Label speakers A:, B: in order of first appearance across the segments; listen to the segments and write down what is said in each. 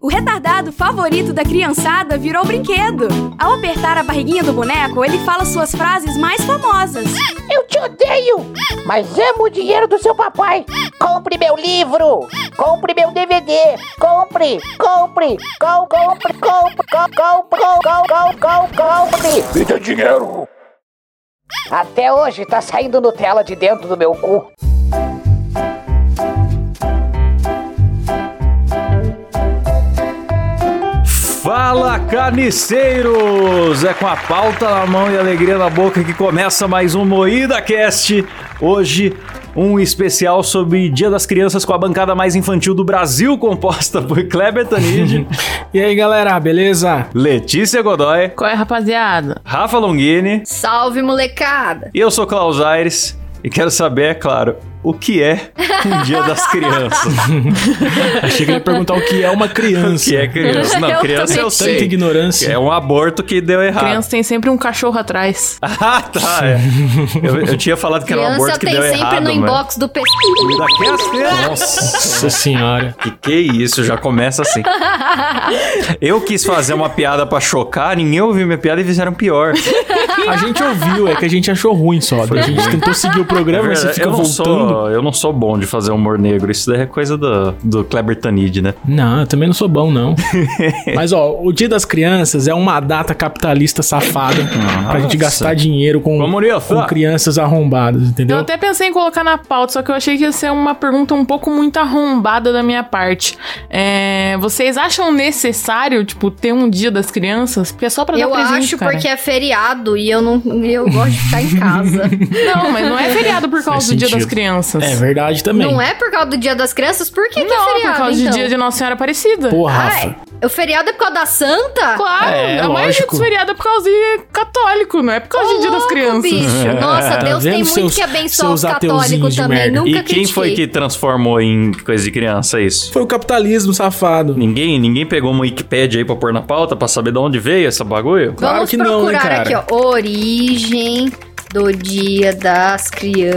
A: O retardado favorito da criançada virou brinquedo. Ao apertar a barriguinha do boneco, ele fala suas frases mais famosas.
B: Eu te odeio, mas amo o dinheiro do seu papai. Compre meu livro, compre meu DVD, compre, compre, com, compre, compre, com, compre, com, com, com, compre.
C: Me dê dinheiro!
B: Até hoje tá saindo Nutella de dentro do meu cu.
D: Fala carniceiros! É com a pauta na mão e alegria na boca que começa mais um Moída Cast. Hoje, um especial sobre Dia das Crianças com a bancada mais infantil do Brasil, composta por Kleber Tanid,
E: E aí, galera, beleza?
D: Letícia Godoy,
F: Qual é, rapaziada?
D: Rafa Longini.
G: Salve, molecada!
D: E eu sou Klaus Aires e quero saber, é claro, o que é um Dia das Crianças?
E: Achei que ele ia perguntar o que é uma
D: o
E: criança.
D: que é criança? Não,
F: Eu
D: criança
F: também
D: eu
E: Tanta
D: sei.
E: ignorância.
D: É um aborto que deu errado.
F: Criança tem sempre um cachorro atrás.
D: Ah, tá. é. Eu, eu tinha falado que era um
G: Criança
D: aborto que
G: tem
D: deu
G: sempre
D: errado,
G: no
D: mano.
G: inbox do PC.
D: Daqui a cena.
E: Nossa senhora.
D: Que que é isso? Já começa assim. Eu quis fazer uma piada pra chocar, ninguém ouviu minha piada e fizeram pior.
E: A gente ouviu, é que a gente achou ruim só. A gente tentou seguir o
D: É
E: programa, mas você
D: verdade,
E: fica
D: eu, não
E: voltando.
D: sou, eu não sou bom de fazer humor negro. Isso daí é coisa do, do Kleber Tanid, né?
E: Não, eu também não sou bom, não. mas, ó, o Dia das Crianças é uma data capitalista safada pra
D: Nossa.
E: gente gastar dinheiro com,
D: Comunista.
E: com crianças arrombadas,
F: Eu
E: entendeu?
F: até pensei em colocar na pauta, só que eu achei que ia ser uma pergunta um pouco muito arrombada da minha parte. É, vocês acham necessário, tipo, ter um dia das crianças? Porque é só pra
G: Eu
F: dar presente,
G: acho
F: cara.
G: porque é feriado e eu não e eu gosto de ficar em casa.
F: Não, mas não é feriado por
E: Faz
F: causa do dia das
E: sentido.
F: crianças.
E: É verdade também.
G: não é por causa do Dia das Crianças? Por que, que é
F: Não,
G: feriado?
F: por causa
G: então?
F: do dia de Nossa Senhora Aparecida.
E: Porra, Rafa.
G: Ai, o feriado é por causa da Santa?
F: Claro,
E: É,
F: a maioria
E: lógico.
F: dos feriados é por causa de católico, não é por
G: Ô,
F: causa de dia das
G: louco,
F: crianças.
G: bicho.
D: Tá
G: Nossa, Deus tem
E: vendo
G: muito
E: seus-
G: que abençoar os
E: seus ateuzinhos
G: católicos
E: de
G: também.
E: merda?
G: Nunca
D: E quem
G: critiquei.
D: foi que transformou em coisa de criança é isso?
E: Foi o capitalismo safado.
D: Ninguém, ninguém pegou uma Wikipedia aí pra pôr na pauta pra saber de onde veio essa bagulho?
E: Claro
G: Vamos
E: que não, né,
G: procurar
E: cara?
G: aqui, ó. Origem do Dia das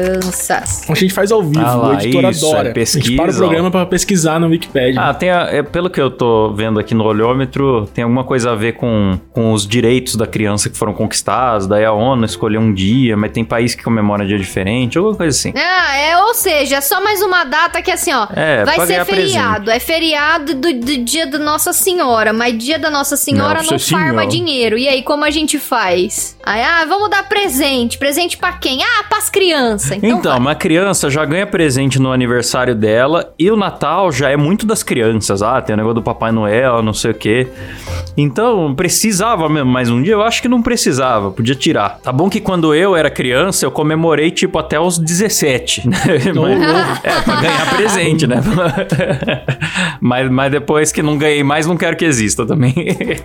G: Crianças.
E: A gente faz ao vivo,
D: Ah lá,
E: o editor
D: isso,
E: adora.
D: é pesquisa,
E: a gente para o programa pra pesquisar no Wikipedia.
D: Ah, tem a- é, pelo que eu tô vendo aqui no olhômetro, tem alguma coisa a ver com, com os direitos da criança que foram conquistados, daí a ONU escolheu um dia, mas tem país que comemora dia diferente, alguma coisa assim.
G: Ah, é, ou seja, é só mais uma data que assim, ó.
D: É,
G: vai
D: pra
G: ser
D: ganhar
G: feriado. É feriado do, do dia da Nossa Senhora, mas dia da Nossa Senhora
D: Nossa
G: não farma
D: Senhora.
G: dinheiro. E aí, como a gente faz? Aí, ah, vamos dar presente. Presente pra quem? Ah, pras crianças. Então,
D: Então, uma criança já ganha presente no aniversário dela e o Natal já é muito das crianças. Ah, tem o negócio do Papai Noel, não sei o quê. Então, precisava mesmo mais um dia? Eu acho que não precisava, podia tirar. Tá bom que quando eu era criança, eu comemorei tipo até os 17, né? Mas, é, pra ganhar presente, né? mas, mas depois que não ganhei mais, não quero que exista também.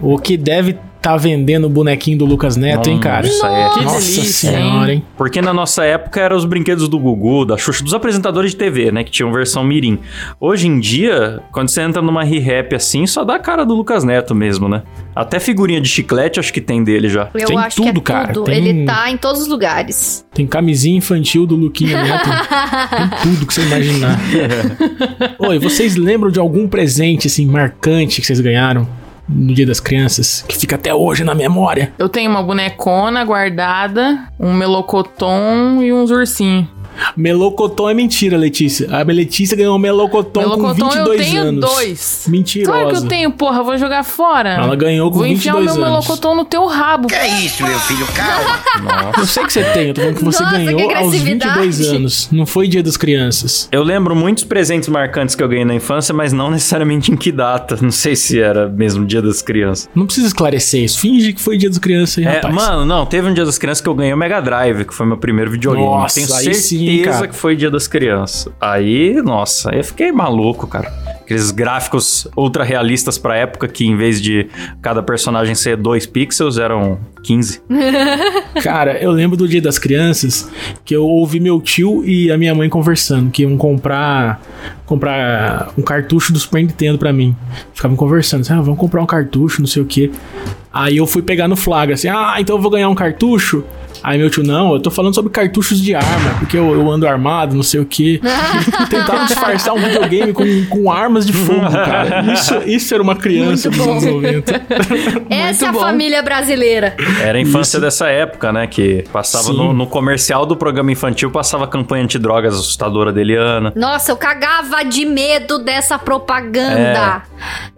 E: O que deve tá vendendo o bonequinho do Lucas Neto, hein, cara?
D: Nossa, é.
F: Que
E: Nossa
F: delícia,
E: senhora, hein?
D: Porque na nossa época eram os brinquedos do Gugu, da Xuxa, dos apresentadores de TV, né? Que tinham versão mirim. Hoje em dia, quando você entra numa re-rap assim, só dá a cara do Lucas Neto mesmo, né? Até figurinha de chiclete acho que tem dele já.
G: eu
E: tem
G: acho que
E: tudo,
G: é
E: cara,
G: tudo.
E: tem-
G: Ele tá em todos os lugares.
E: Tem camisinha infantil do Luquinha Neto. tem tudo que você imaginar. Oi, vocês lembram de algum presente, assim, marcante que vocês ganharam no Dia das Crianças? Que fica até hoje na memória?
F: Eu tenho uma bonecona guardada, um melocotom e uns ursinhos.
E: Melocotão é mentira, Letícia. A Letícia ganhou um melocotão, com
F: melocotom
E: 22
F: eu tenho
E: anos.
F: dois.
E: Mentirosa.
F: Claro que eu tenho, porra, vou jogar fora.
E: Ela ganhou com
F: Vou enfiar o
E: 22
F: meu
E: anos.
F: melocotom no teu rabo.
E: Eu sei que você tem, eu tô falando que você
G: Nossa, que
E: ganhou aos
G: agressividade.
E: 22 anos. Não foi dia das crianças.
D: Eu lembro muitos presentes marcantes que eu ganhei na infância, mas não necessariamente em que data. Não sei se era mesmo dia das crianças.
E: Não precisa esclarecer isso. Finge que foi dia das crianças, hein,
D: É,
E: rapaz.
D: mano, não, teve um dia das crianças que eu ganhei o Mega Drive, que foi meu primeiro videogame.
E: Nossa,
D: Tenho
E: aí
D: certeza
E: sim, cara.
D: que foi dia das crianças. Aí, nossa, aí eu fiquei maluco, cara. Aqueles gráficos ultra realistas pra época que em vez de cada personagem ser 2 pixels, eram 15.
E: Cara, eu lembro do dia das crianças que eu ouvi meu tio e a minha mãe conversando que iam comprar comprar um cartucho do Super Nintendo pra mim. Ficavam conversando, assim, ah, vamos comprar um cartucho, não sei o quê. Aí eu fui pegar no flagra, assim, ah, então eu vou ganhar um cartucho. Aí meu tio, não, eu tô falando sobre cartuchos de arma, porque eu, eu ando armado, não sei o quê. Tentaram disfarçar um videogame com, com armas de fogo, cara. Isso, isso era uma criança dos anos 90.
G: Essa é a
F: bom.
G: família brasileira.
D: Era a infância dessa época, né? Que passava
E: Sim.
D: no, no comercial do programa infantil, passava a campanha antidrogas assustadora da Eliana.
G: Nossa, eu cagava de medo dessa propaganda.
D: É.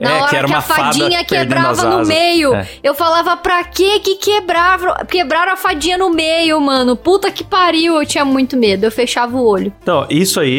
G: Na
D: É,
G: hora
D: que
G: que,
D: era
G: a
D: uma fada
G: fadinha
D: perdendo as
G: quebrava no
D: asas.
G: meio.
D: É.
G: Eu falava, pra que que quebrava, quebraram a fadinha no meio, mano? Puta que pariu, eu tinha muito medo. Eu fechava o olho.
D: Então, isso aí,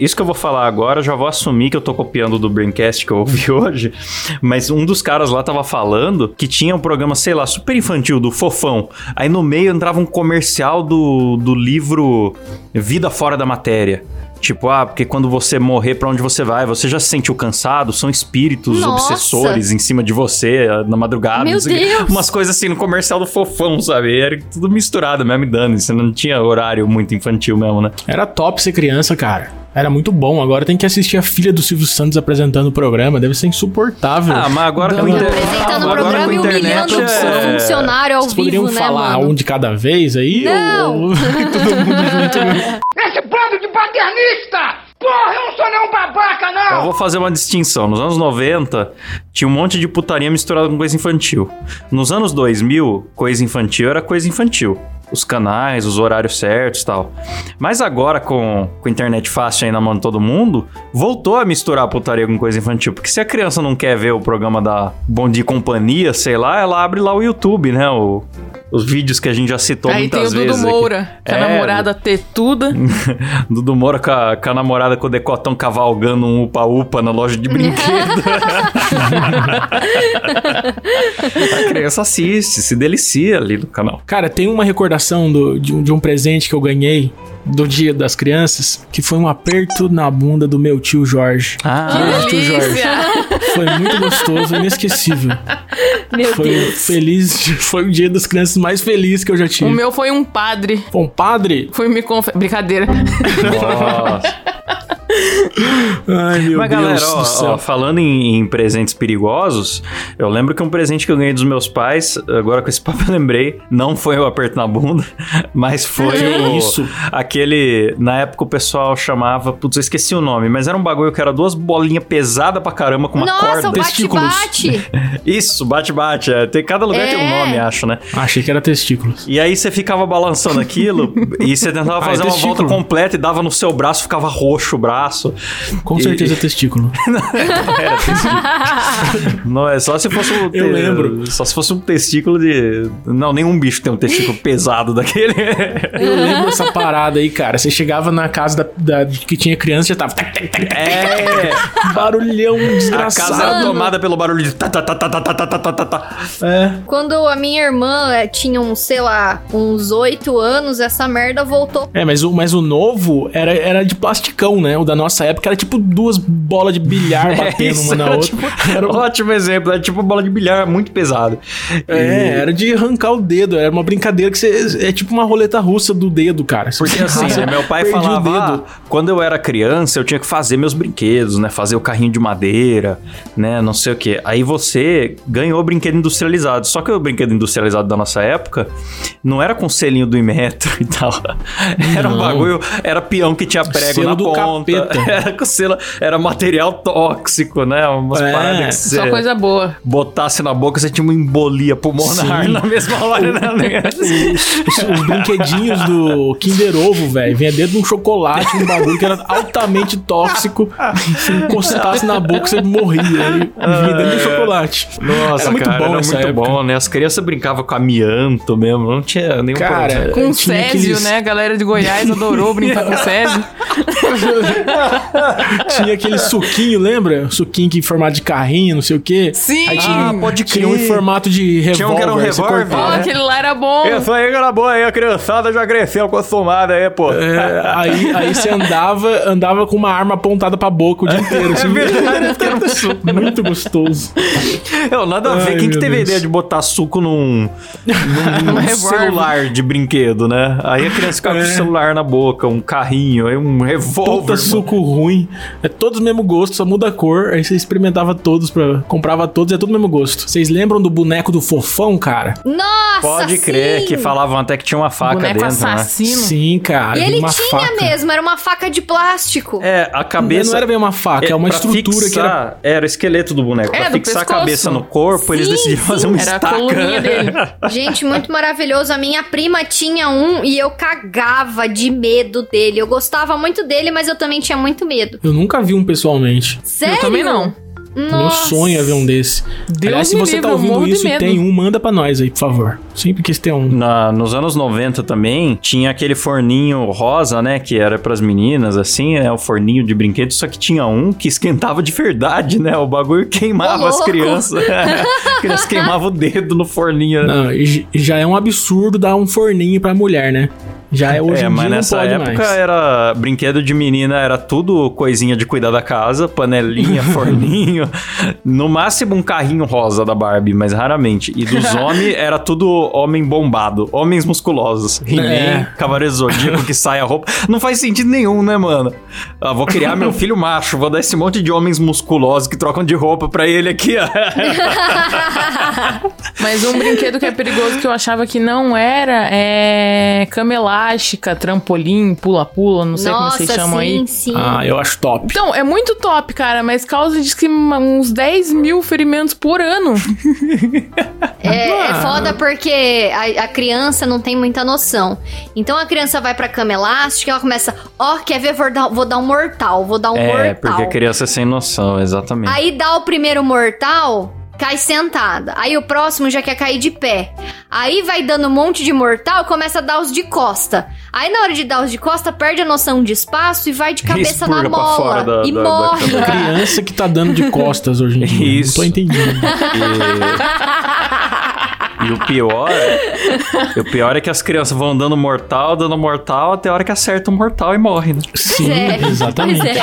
D: e- isso que eu vou falar agora, eu já vou assumir que eu tô copiando do Braincast que eu ouvi hoje, mas um dos caras lá tava falando que tinha um programa, sei lá, super infantil, do Fofão. Aí no meio entrava um comercial do, do livro Vida Fora da Matéria. Tipo, ah, porque quando você morrer, pra onde você vai? Você já se sentiu cansado? São espíritos
G: Nossa!
D: obsessores em cima de você ah, na madrugada.
G: Meu
D: não sei o quê.
G: Deus!
D: Umas coisas assim no comercial do Fofão, sabe? Era tudo misturado mesmo, e dane-se. Não tinha horário muito infantil mesmo, né?
E: Era top ser criança, cara. Era muito bom. Agora tem que assistir a filha do Silvio Santos apresentando o programa. Deve ser insuportável.
D: Ah, mas agora com
E: Dando-
D: a inter-
G: Apresentando o
D: agora
G: programa
D: com
G: e
D: a internet,
G: humilhando o
D: é-
G: funcionário ao
E: Vocês poderiam
G: vivo, né,
E: falar
G: mano?
E: um de cada vez aí?
G: Não.
E: Ou- Todo mundo junto, né?
C: Esse bando de paternista! Porra, eu não sou não babaca,
D: Eu
C: não!
D: vou fazer uma distinção. Nos anos 90, tinha um monte de putaria misturada com coisa infantil. Nos anos 2000, coisa infantil era coisa infantil. Os canais, os horários certos e tal. Mas agora, com, com a internet fácil aí na mão de todo mundo, voltou a misturar putaria com coisa infantil. Porque se a criança não quer ver o programa da Bom Dia e Companhia, sei lá, ela abre lá o YouTube, né? O- os vídeos que a gente já citou
F: Aí tem o
D: muitas vezes.
F: Dudu
D: aqui.
F: Moura, que é, a
D: É,
F: namorada tetuda.
D: Dudu Moura com a, com a namorada com o decotão cavalgando um upa-upa na loja de brinquedo. a criança assiste, se delicia ali no canal.
E: Cara, tem uma recordação do- de, um, de um presente que eu ganhei do Dia das Crianças, que foi um aperto na bunda do meu tio Jorge.
F: Tá
D: Ah,
E: tio Jorge. Foi muito gostoso, inesquecível.
G: Meu
E: Foi o
G: Deus.
E: feliz, foi o dia das crianças mais feliz que eu já
F: O
E: tive.
F: meu foi um padre.
E: Foi um padre?
F: Foi me confessar. Brincadeira.
D: nossa.
E: Ai, meu
D: Mas
E: Deus
D: galera,
E: do
D: ó,
E: céu.
D: ó, falando em, em presentes perigosos, eu lembro que um presente que eu ganhei dos meus pais, agora com esse papo eu lembrei, não foi o aperto na bunda, mas foi o,
E: Isso.
D: aquele, na época o pessoal chamava, putz, eu esqueci o nome, mas era um bagulho que era duas bolinhas pesadas pra caramba com uma
G: Nossa,
D: corda.
G: o
E: testículos.
G: bate-bate.
D: Isso, bate-bate. é, Tem, cada lugar tem um
G: É.
D: nome, acho, né?
E: Achei que era testículos.
D: E aí você ficava balançando aquilo e você tentava
E: Ah, é
D: fazer uma
E: testículo.
D: volta completa e dava no seu braço, ficava roxo o braço.
E: Com
D: E-
E: certeza é testículo.
D: Era testículo. Não, é só se fosse um te-
E: lembro.
D: Só se fosse um testículo de. Não, nenhum bicho tem um testículo pesado daquele.
E: Eu lembro dessa parada aí, cara. Você chegava na casa da, da- que tinha criança já tava. tac, tac, tac,
D: É.
E: Barulhão
D: A casa era
E: desgraçado.
D: tomada pelo barulho de. Tá, tá, tá, tá, tá, tá, tá, tá, tá, tá.
E: É.
G: Quando a minha irmã eh, tinha uns, sei lá, uns oito anos, essa merda voltou.
E: É, mas o, mas o novo era, era de plasticão, né? O da nossa época era tipo duas bolas de bilhar batendo
D: Isso
E: uma na
D: era,
E: outra.
D: tipo,
E: É, Era um uma-
D: Ótimo exemplo. Era tipo bola de bilhar, muito pesado.
E: É, era de arrancar o dedo, era uma brincadeira que você. É tipo uma roleta russa do dedo, cara. Você
D: Porque assim,
E: você
D: né, meu pai
E: perdia
D: falava,
E: O dedo.
D: "Ah, quando eu era criança, eu tinha que fazer meus brinquedos, né? Fazer o carrinho de madeira, né? Não sei o quê. Aí você ganhou o brinquedo industrializado. Só que o brinquedo industrializado da nossa época não era com selinho do Inmetro e tal. Era um
E: Não.
D: bagulho, era peão que tinha prego
E: Selo
D: na
E: do
D: ponta.
E: capeta.
D: Era com selo, era material tóxico, né? Umas
E: É.
D: paradas que
F: Só
D: você
F: coisa boa.
D: botasse na boca, você tinha uma embolia pulmonar
E: Sim.
D: na mesma hora, né?
E: Os, os brinquedinhos do Kinder Ovo, velho, vinha dentro de um chocolate, um bagulho que era altamente tóxico. Se encostasse na boca, você morria. Ele vinha dentro de um chocolate.
D: Ah, é. Nossa,
E: era muito
D: cara,
E: bom
D: era
E: essa
D: muito
E: época.
D: bom, né? As crianças brincavam com amianto mesmo, não tinha nenhum
E: Cara,
D: problema.
F: Com o
E: É, tinha
F: Césio,
E: aqueles-
F: né? A galera de Goiás adorou brincar com o Césio.
E: tinha aquele suquinho, lembra? Suquinho que em formato de carrinho, não sei o quê.
F: Sim.
E: Aí tinha,
D: Ah, pode
E: tinha um em
D: crer.
E: formato de revólver.
D: Tinha um que era um
E: você
D: revólver,
E: cortava.
F: Ó,
D: né?
F: aquele lá era bom.
E: é
D: Isso aí que era boa aí, a criançada já cresceu acostumada aí, pô.
E: É, aí, aí você andava, andava com uma arma apontada pra boca o dia inteiro.
D: É
E: assim. Era muito gostoso.
D: Eu, nada a ver,
E: Ai,
D: quem que
E: meu
D: teve a
E: Deus.
D: ideia de botar suco num, num- num
F: Um revólver.
D: celular de brinquedo, né? Aí a criança ficava com o celular na boca, um carrinho, aí um revólver.
E: É. Puta
D: mano.
E: suco ruim. É todos o mesmo gosto, só muda a cor. Aí você experimentava todos pra comprava todos, é tudo do mesmo gosto. Vocês lembram do boneco do fofão, cara?
G: Nossa,
D: Pode crer
G: sim!
D: que falavam até que tinha uma faca
F: Boneco
D: dentro, né?
F: assassino.
E: né? Sim, cara.
G: E ele
E: uma
G: tinha
E: faca.
G: mesmo, era uma faca de plástico.
D: né? É, a cabeça.
E: Não era bem uma faca, é uma
D: pra
E: estrutura que era.
D: fixar- o esqueleto do boneco.
F: É,
D: pra
F: do
D: fixar a
F: pescoço.
D: cabeça no corpo, eles
G: Sim,
D: decidiram
G: sim.
D: fazer um
F: Era a
D: estaca.
F: coluninha dele.
G: Gente, muito maravilhoso. A minha prima tinha um e eu cagava de medo dele. Eu gostava muito dele, mas eu também tinha muito medo.
E: Eu nunca vi um pessoalmente.
G: Sério?
F: Eu também não.
G: Nossa.
E: Meu sonho é ver um desse.
F: Deus
E: Aliás, se
F: me
E: você
F: livre,
E: tá
F: eu
E: ouvindo
F: morro de
E: isso e
F: medo.
E: tem um, manda pra nós aí, por favor. Sempre quis ter um.
D: Na- nos anos 90 também, tinha aquele forninho rosa, né? Que era pras meninas, assim, né? O forninho de brinquedo, só que tinha um que esquentava de verdade, né? O bagulho
G: Ô,
D: queimava as
G: louco!
D: crianças. as crianças queimavam o dedo no forninho. né?
E: Não, e j- já é um absurdo dar um forninho pra mulher, né? Já é hoje
D: é,
E: em dia
D: mas nessa
E: não pode
D: época é-
E: mais.
D: era brinquedo de menina, era tudo coisinha de cuidar da casa, panelinha, forninho, no máximo um carrinho rosa da Barbie, mas raramente. E dos homens era tudo homem bombado, homens musculosos, He-Man,
E: É.
D: Cavaleiro do Zodíaco que sai a roupa. Não faz sentido nenhum, né, mano? Ah, vou criar meu filho macho, vou dar esse monte de homens musculosos que trocam de roupa pra ele aqui, ó.
F: Mas um brinquedo que é perigoso que eu achava que não era é cama elástica, trampolim, pula-pula, não sei
G: Nossa,
F: como vocês chamam
G: sim,
F: aí.
G: sim.
E: Ah, eu acho top.
F: Então, é muito top, cara, mas causa diz que uns 10 mil ferimentos por ano.
G: É,
F: Ah.
G: é foda porque a, a criança não tem muita noção. Então a criança vai pra cama elástica, ela começa, ó, quer ver? Vou dar, vou dar um mortal, vou dar um
D: É,
G: mortal.
D: porque criança é sem noção, exatamente.
G: Aí dá o primeiro mortal, cai sentada. Aí o próximo já quer cair de pé. Aí vai dando um monte de mortal, começa a dar os de costa. Aí na hora de dar os de costa, perde a noção de espaço e vai de cabeça na
D: Expurga pra
G: mola.
D: fora da-
G: e
D: da- da
G: morre.
D: cama.
E: Criança que tá dando de costas hoje em dia.
D: Isso.
E: Não tô entendendo.
D: E o pior, e o pior é que as crianças vão dando mortal, dando mortal, até a hora que acerta um mortal e morre, né?
E: Sim,
G: é,
E: exatamente.
G: Pois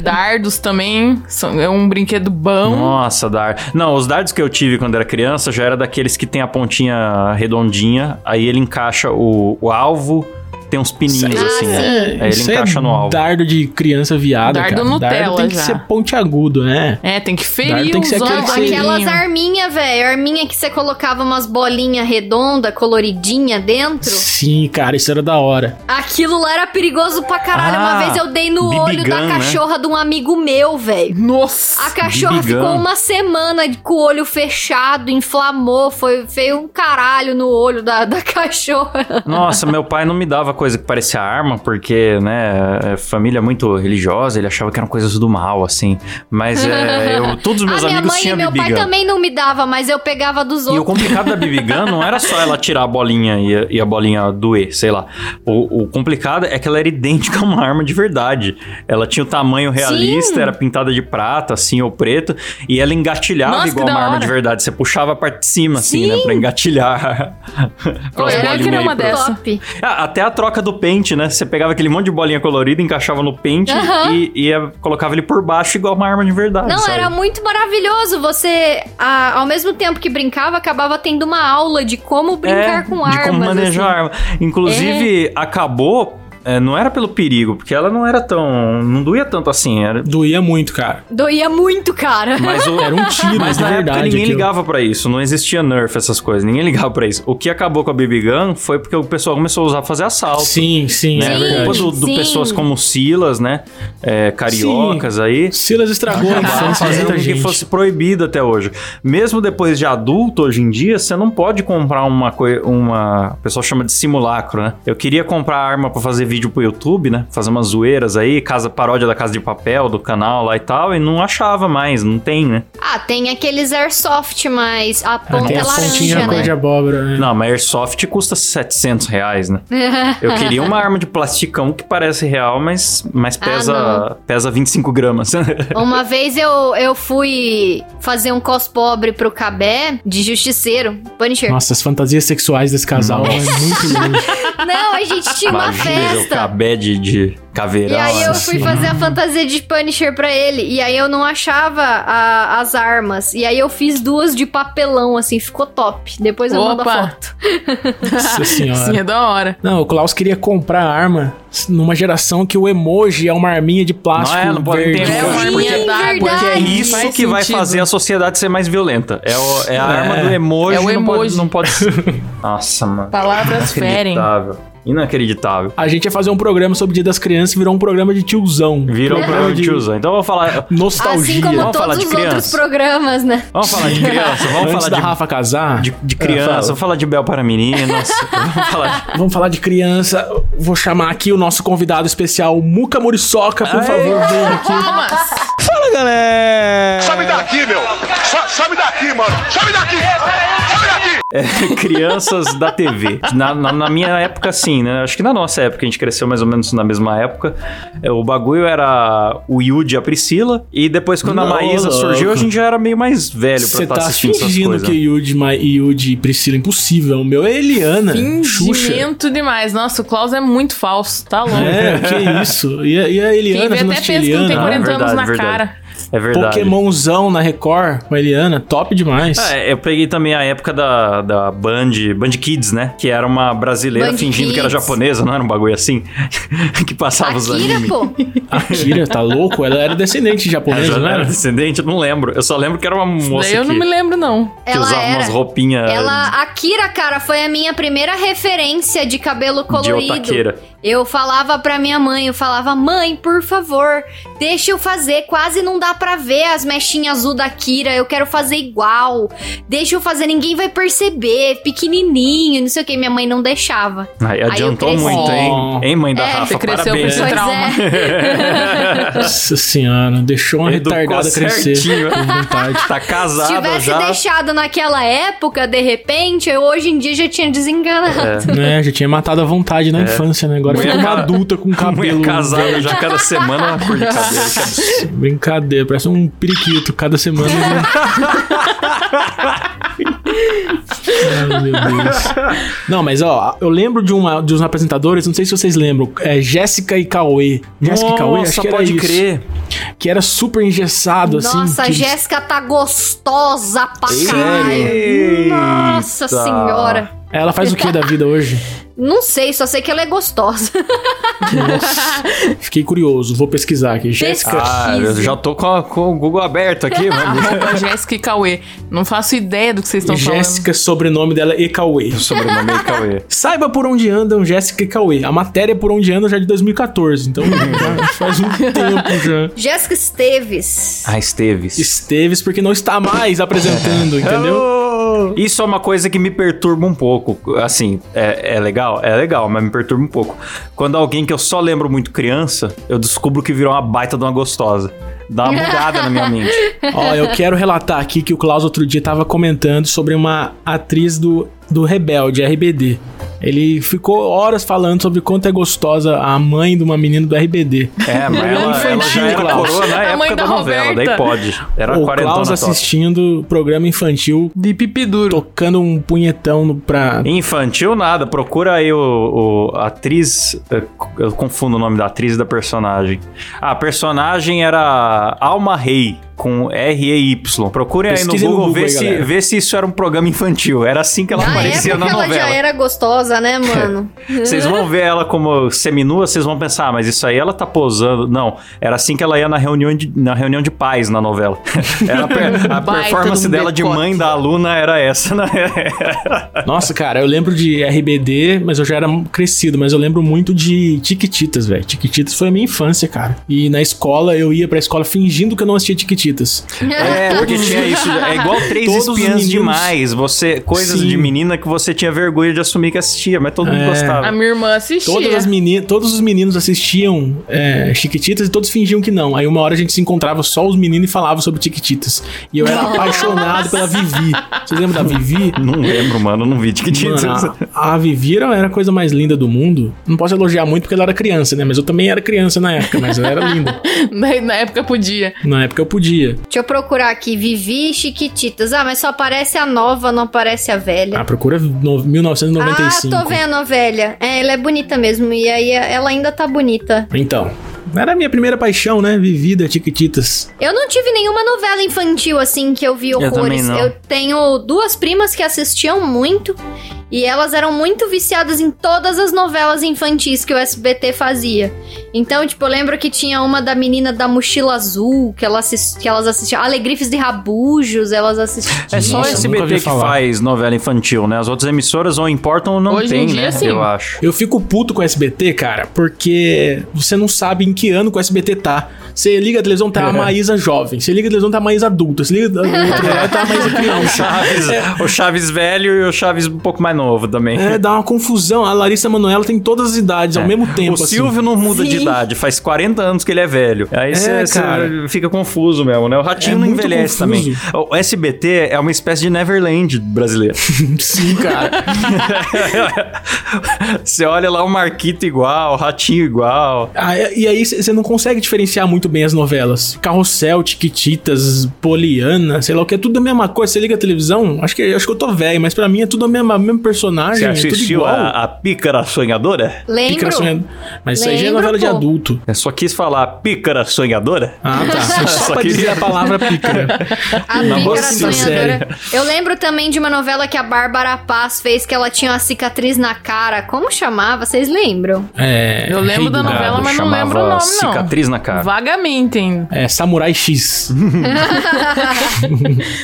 G: é.
F: Dardos também, são- é um brinquedo
G: Hum.
F: bom.
D: Nossa, dar. Não, os dardos que eu tive quando era criança já era daqueles que tem a pontinha redondinha, aí ele encaixa o, o alvo, tem uns pininhos
G: Ah,
D: assim, né?
E: É,
D: Aí ele
E: isso
D: encaixa
E: é
D: no alvo.
E: Dardo de criança viada.
F: Dardo
E: cara.
F: Nutella
E: dardo tem que
F: já.
E: ser pontiagudo, né?
F: É, tem que
E: Dardo
F: ferir
E: tem que
F: os
E: ser aquele
G: Não,
E: que
F: olhos.
E: você-
G: Então, aquelas arminhas, velho. Arminha que você colocava umas bolinhas redondas, coloridinha dentro.
E: Sim, cara, isso era da hora.
G: Aquilo lá era perigoso pra caralho. Uma
D: Ah,
G: vez eu dei no
D: BB
G: olho da
D: gun, né?
G: cachorra de um amigo meu, velho. A
F: Nossa!
G: cachorra
D: Bibigão.
G: ficou uma semana de- com o olho fechado, inflamou, foi feio um caralho no olho da, da cachorra.
D: Nossa, meu pai não me dava coisa que parecia arma, porque, né, é família muito religiosa, ele achava que eram coisas do mal, assim. Mas é, eu, todos os meus
G: a minha
D: amigos
G: mãe e
D: tinham
G: meu pai
D: bibigan.
G: também não me dava, mas eu pegava dos
D: E o
G: outros.
D: complicado da BB Gun não era só ela tirar a bolinha e a, e a bolinha doer, sei lá. O, o complicado é que ela era idêntica a uma arma de verdade. Ela tinha o tamanho realista, era pintada de prata, assim, ou preto, e ela engatilhava
F: Nossa, que
D: igual
F: da
D: uma arma
F: hora.
D: de verdade. Você puxava a parte de cima, assim, né, pra engatilhar.
F: Eu
D: Pras
F: queria
D: bolinhas
F: uma
D: aí, pra-
F: dessa.
G: Top.
D: Ah, até a troca do pente, né? Você pegava aquele monte de bolinha colorida, encaixava no pente
G: Aham.
D: e, e eh, colocava ele por baixo igual uma arma de verdade.
G: Não,
D: sabe?
G: era muito maravilhoso. Você, ah, ao mesmo tempo que brincava, acabava tendo uma aula de como brincar
D: É,
G: com
D: de
G: armas.
D: como manejar
G: assim.
D: arma. Inclusive, acabou. é, não era pelo perigo, porque ela não era tão. não doía tanto assim. Era,
E: Doía muito, cara.
G: assim. Doía muito, cara.
D: mas o-
E: Era um tiro,
D: Mas
E: de
D: na
E: verdade.
D: época ninguém
E: aquilo.
D: ligava pra isso, não existia nerf, essas coisas, ninguém ligava pra isso. O que acabou com a BB Gun foi porque o pessoal começou a usar pra fazer assalto.
E: Sim, sim,
D: né?
E: é
G: Sim,
E: verdade.
D: Culpa do, do
G: sim.
D: pessoas como Silas, né? É, cariocas aí.
E: Silas estragou a
D: acabaram
E: infância de
D: fazendo
E: muita
D: com que
E: gente.
D: fosse proibido até hoje. Mesmo depois de adulto, hoje em dia, você não pode comprar uma coisa. Uma... O pessoal chama de simulacro, né? Eu queria comprar arma pra fazer vídeo pro YouTube, né? Fazer umas zoeiras aí, casa paródia da Casa de Papel, do canal lá e tal, e não achava mais, não tem, né?
G: Ah, tem aqueles airsoft, mas a
E: Ah,
G: ponta
E: tem
G: é
E: a
G: laranja,
E: pontinha cor de
G: né?
E: abóbora, né?
D: Não, mas Airsoft custa 700 reais, né? Eu queria uma arma de plasticão que parece real, mas,
G: Ah,
D: mas pesa, pesa 25 gramas. né?
G: Uma vez eu, eu fui fazer um cos pobre pro Cabé de justiceiro, Punisher.
E: Nossa, as fantasias sexuais desse casal é muito longe.
G: Não, a gente tinha uma
D: Imagina, cabé de, de
G: E
D: caveirão.
G: aí eu
D: assim.
G: fui fazer a fantasia de Punisher pra ele. E aí eu não achava a- as armas. E aí eu fiz duas de papelão, assim, ficou top. Depois eu mando a
F: Opa.
G: foto.
E: Nossa senhora.
F: Sim, é da hora.
E: Não, o Klaus queria comprar arma numa geração que o emoji é uma arminha de plástico.
D: Não é, não pode
E: verde.
D: ter
F: É uma
D: emoji, porque-
F: arminha d'água.
G: porque é
D: É
G: Ai,
D: isso que vai
F: sentido.
D: fazer a sociedade ser mais violenta. É, o- é a arma do emoji.
F: É o
D: não pode-
F: emoji.
D: Não pode, Nossa, mano.
F: Palavras ferem.
D: Inacreditável. Inacreditável.
E: A gente ia fazer um programa sobre Dia das Crianças e virou um programa de tiozão.
D: Virou um programa de tiozão. Então vamos falar.
G: Assim
E: Nostalgia.
G: como
D: Vamos falar
G: todos
D: de
G: os outros
D: criança?
G: programas, né?
D: Vamos falar de criança, vamos
E: Antes
D: falar
E: da
D: de,
E: Rafa casar,
D: de, de
E: Ah,
D: criança,
E: fala.
D: vamos falar de Bel para meninas. vamos falar de...
E: vamos falar de criança. Vou chamar aqui o nosso convidado especial, Muca Muriçoca, por
D: Aê!
E: favor, vem aqui.
F: Palmas.
H: Sobe daqui, meu! So- sobe daqui, mano! Sobe daqui! Sobe daqui!
D: É, crianças da TV. Na, na- na minha época, sim, né? Acho que na nossa época, a gente cresceu mais ou menos na mesma época. É, O bagulho era o Yudi e a Priscila. E depois, quando a
E: Não,
D: Maísa
E: louco.
D: surgiu, a gente já era meio mais velho pra
E: Você
D: estar
E: tá
D: assistindo essas
E: fingindo
D: coisas.
E: que Yudi, Ma- Yudi e Priscila é impossível. O meu é Eliana. Xuxa.
F: Fingimento demais. Nossa, o Klaus é muito falso. Tá louco.
D: né?
E: É, que isso. E a, e né? a
F: Quem
E: Eliana,
F: vê
E: você não
F: até pensa
E: assistia
F: que não tem
D: Ah,
E: Eliana?
F: 40 anos
D: verdade,
F: na
D: verdade.
F: cara.
D: É verdade.
E: Pokémonzão na Record com a Eliana, top demais.
D: Ah, é, eu peguei também a época da, da Band, Band Kids, né? Que era uma brasileira
G: Band
D: fingindo que era
G: Kids.
D: japonesa, não era um bagulho assim? que passava os
G: Akira,
D: animes.
G: pô.
E: A Kira, tá louco? Ela era descendente de japonesa,
D: Ela
E: né?
D: era descendente? Eu não lembro. Eu só lembro que era uma moça
F: Daí
D: Um que,
F: eu não me lembro, não.
D: que
G: Ela
D: usava
G: era.
D: umas roupinhas
G: Ela, a Kira, cara, foi a minha primeira referência de cabelo
D: de
G: colorido.
D: otaqueira.
G: eu falava pra minha mãe, eu falava, mãe, por favor, deixa eu fazer. Quase não dá pra ver as mechinhas azul da Kira, eu quero fazer igual. Deixa eu fazer, ninguém vai perceber, pequenininho, não sei o que. Minha mãe não deixava.
D: Aí adiantou
G: cresci.
D: muito, hein?
E: Oh.
D: Hein, mãe da
G: É,
D: Rafa?
F: Você cresceu com
D: Parabéns.
F: esse trauma.
E: Nossa senhora, deixou uma
D: Educou
E: retardada um crescer.
D: certinho.
E: Com vontade.
D: Tá
G: Se
D: casada
G: tivesse
D: já.
G: deixado naquela época, de repente, eu hoje em dia já tinha desenganado.
D: É.
E: Né, já tinha matado a vontade na infância, né? Agora
D: Mulher
E: fica uma
D: ca-
E: adulta com cabelo.
D: Mulher casada já cada semana uma cor de cabelo. Que absurdo.
E: Brincadeira, parece um periquito cada semana. Né? Ai, meu Deus. Não, mas ó, eu lembro de, uma, de uns apresentadores, não sei se vocês lembram, é Jéssica e Cauê. Jéssica e Cauê, acho
D: Nossa,
E: que era
D: pode
E: isso,
D: crer.
E: Que era super engessado, assim.
G: Nossa, a
E: que-
G: Jéssica tá gostosa pra caralho.
D: Sério?
G: Nossa senhora.
E: Ela faz o que da vida hoje?
G: Não sei, só sei que ela é gostosa.
E: Fiquei curioso, vou pesquisar aqui. Jéssica.
D: Ah, eu já tô com, a- com o Google aberto aqui, mano.
F: Arroba Jéssica e Cauê. Não faço ideia do que vocês estão falando.
E: Jéssica, sobrenome dela é Cauê.
D: O sobrenome é Cauê.
E: Saiba por onde andam Jéssica e Cauê. A matéria por onde andam já é de 2014, então já faz um tempo já.
G: Jéssica Esteves.
D: Ah, Esteves.
E: Esteves, porque não está mais apresentando, entendeu?
D: Isso é uma coisa que me perturba um pouco. Assim, é, é legal? É legal, mas me perturba um pouco. Quando alguém que eu só lembro muito criança, eu descubro que virou uma baita de uma gostosa. Dá uma bugada na minha mente.
F: É.
E: Ó, eu quero relatar aqui que o Klaus outro dia estava comentando sobre uma atriz do, do Rebelde, RBD. Ele ficou horas falando sobre quanto é gostosa a mãe de uma menina do RBD.
D: É, mas ela, ela
E: Infantil,
D: já era
E: Klaus.
D: coroa na
F: A mãe
D: época da,
F: da
D: novela, daí
F: Roberta.
D: pode. Era
E: o
D: quarentona
E: Klaus
D: top.
E: assistindo programa infantil,
F: De pipi duro.
E: tocando um punhetão no- pra,
D: Infantil nada, procura aí o, o- a atriz. eu- Eu confundo o nome da atriz e da personagem. Ah, A personagem era Alma Rei, com R-E-Y. Procurem aí no
E: Pesquisem no
D: Google,
E: Google
D: vê,
E: aí,
D: se,
E: galera.
D: vê se isso era um programa infantil. Era assim que ela
G: Na
D: aparecia
G: época
D: na
G: ela já
D: novela.
G: era gostosa, né, mano?
D: Vocês vão ver ela como seminua, vocês vão pensar, "Ah, mas isso aí ela tá posando. Não, era assim que ela ia na reunião de, na reunião de pais na novela. Era a, per- a
F: Baita
D: performance
F: de um
D: dela de
F: decote.
D: mãe da aluna era essa, né?
E: Nossa, cara, eu lembro de RBD, mas eu já era crescido, mas eu lembro muito de Tiquititas, velho. Tiquititas foi a minha infância, cara. E na escola, eu ia pra escola fingindo que eu não assistia Tiquititas.
D: É, porque tinha isso. É igual três
E: Todos os
D: espiãs
E: meninos-
D: demais. Você, coisas
E: Sim.
D: de menina que você tinha vergonha de assumir que assistia, mas todo mundo
E: É.
F: A
D: gostava.
F: minha irmã assistia.
E: Todas as meni todos os meninos assistiam é, Chiquititas e todos fingiam que não. Aí uma hora a gente se encontrava só os meninos e falava sobre Tiquititas. E eu era apaixonado pela Vivi. Vocês lembram da Vivi?
D: Não lembro, mano. Não vi Tiquititas.
E: Mano, a, a Vivi era era a coisa mais linda do mundo. Não posso elogiar muito porque ela era criança, né? Mas eu também era criança na época, mas ela era linda.
F: Na, na época podia.
E: Na época eu podia, dia.
G: Deixa eu procurar aqui. Vivi e Chiquititas. Ah, mas só aparece a nova, não aparece a velha.
E: Ah, procura no- 1995.
G: é- Ah, tô vendo a velha. É, ela é bonita mesmo. E aí ela ainda tá bonita.
E: Então, era a minha primeira paixão, né? Vivida, Tiquititas.
G: Eu não tive nenhuma novela infantil assim que eu vi
D: também
G: horrores.
D: não.
G: eu tenho duas primas que assistiam muito e elas eram muito viciadas em todas as novelas infantis que o SBT fazia. Então, tipo, eu lembro que tinha uma da menina da mochila azul que, ela assis- que elas assistiam. Alegrifes de Rabujos, elas assistiam.
D: É só
E: Nossa,
D: o
E: nunca
D: SBT
E: ouvi
D: que
E: falar.
D: faz novela infantil, né? As outras emissoras ou importam ou não
F: Hoje
D: tem,
F: em dia,
D: né?
F: sim.
D: Eu acho.
E: Eu fico puto com o SBT, cara, porque você não sabe em que ano que o SBT tá. Você liga a televisão,
D: É.
E: tá a Maísa jovem. Você liga a televisão, tá a Maísa adulta. Você liga a televisão, tá a Maísa
D: É.
E: criança.
D: Chaves- o Chaves velho e o Chaves um pouco mais novo também.
E: É, dá uma confusão. A Larissa Manoela tem todas as idades ao mesmo tempo.
D: É. o
E: assim.
D: Silvio não muda de
G: Sim.
D: idade, faz 40 anos que ele é velho. Aí
E: É,
D: você
E: cara.
D: fica confuso mesmo, né? O Ratinho
E: É
D: não
E: muito
D: envelhece também.
E: confuso.
D: O SBT é uma espécie de Neverland brasileiro.
E: Sim, cara.
D: você olha lá o Marquito igual, o Ratinho igual.
E: Ah, e e aí você não consegue diferenciar muito bem as novelas. Carrossel, Tiquititas, Poliana, sei lá o que. É tudo a mesma coisa. Você liga a televisão, acho que, acho que eu tô velho, mas pra mim é tudo a mesma, mesmo personagem.
D: Você
E: é tudo
D: assistiu
E: igual.
D: a, a Pícara Sonhadora?
G: Lembro.
E: Pícara Sonhadora. Mas isso aí já é
G: Lembro,
E: novela de
G: pô.
E: adulto.
D: Eu só quis falar Pícara Sonhadora.
E: Ah, tá. Só,
D: Só
E: pra
D: que-
E: dizer a palavra pícara.
G: A
E: Na
G: Pícara
E: nossa
G: Sonhadora. Eu lembro também de uma novela que a Bárbara Paz fez que ela tinha uma cicatriz na cara. Como chamava? Vocês lembram?
E: É,
F: Eu lembro
E: Rei
F: da
E: do Gado.
F: novela, mas não
D: chamava
F: lembro o nome, não.
D: Cicatriz na cara.
F: Vagamente, hein?
E: É, Samurai X.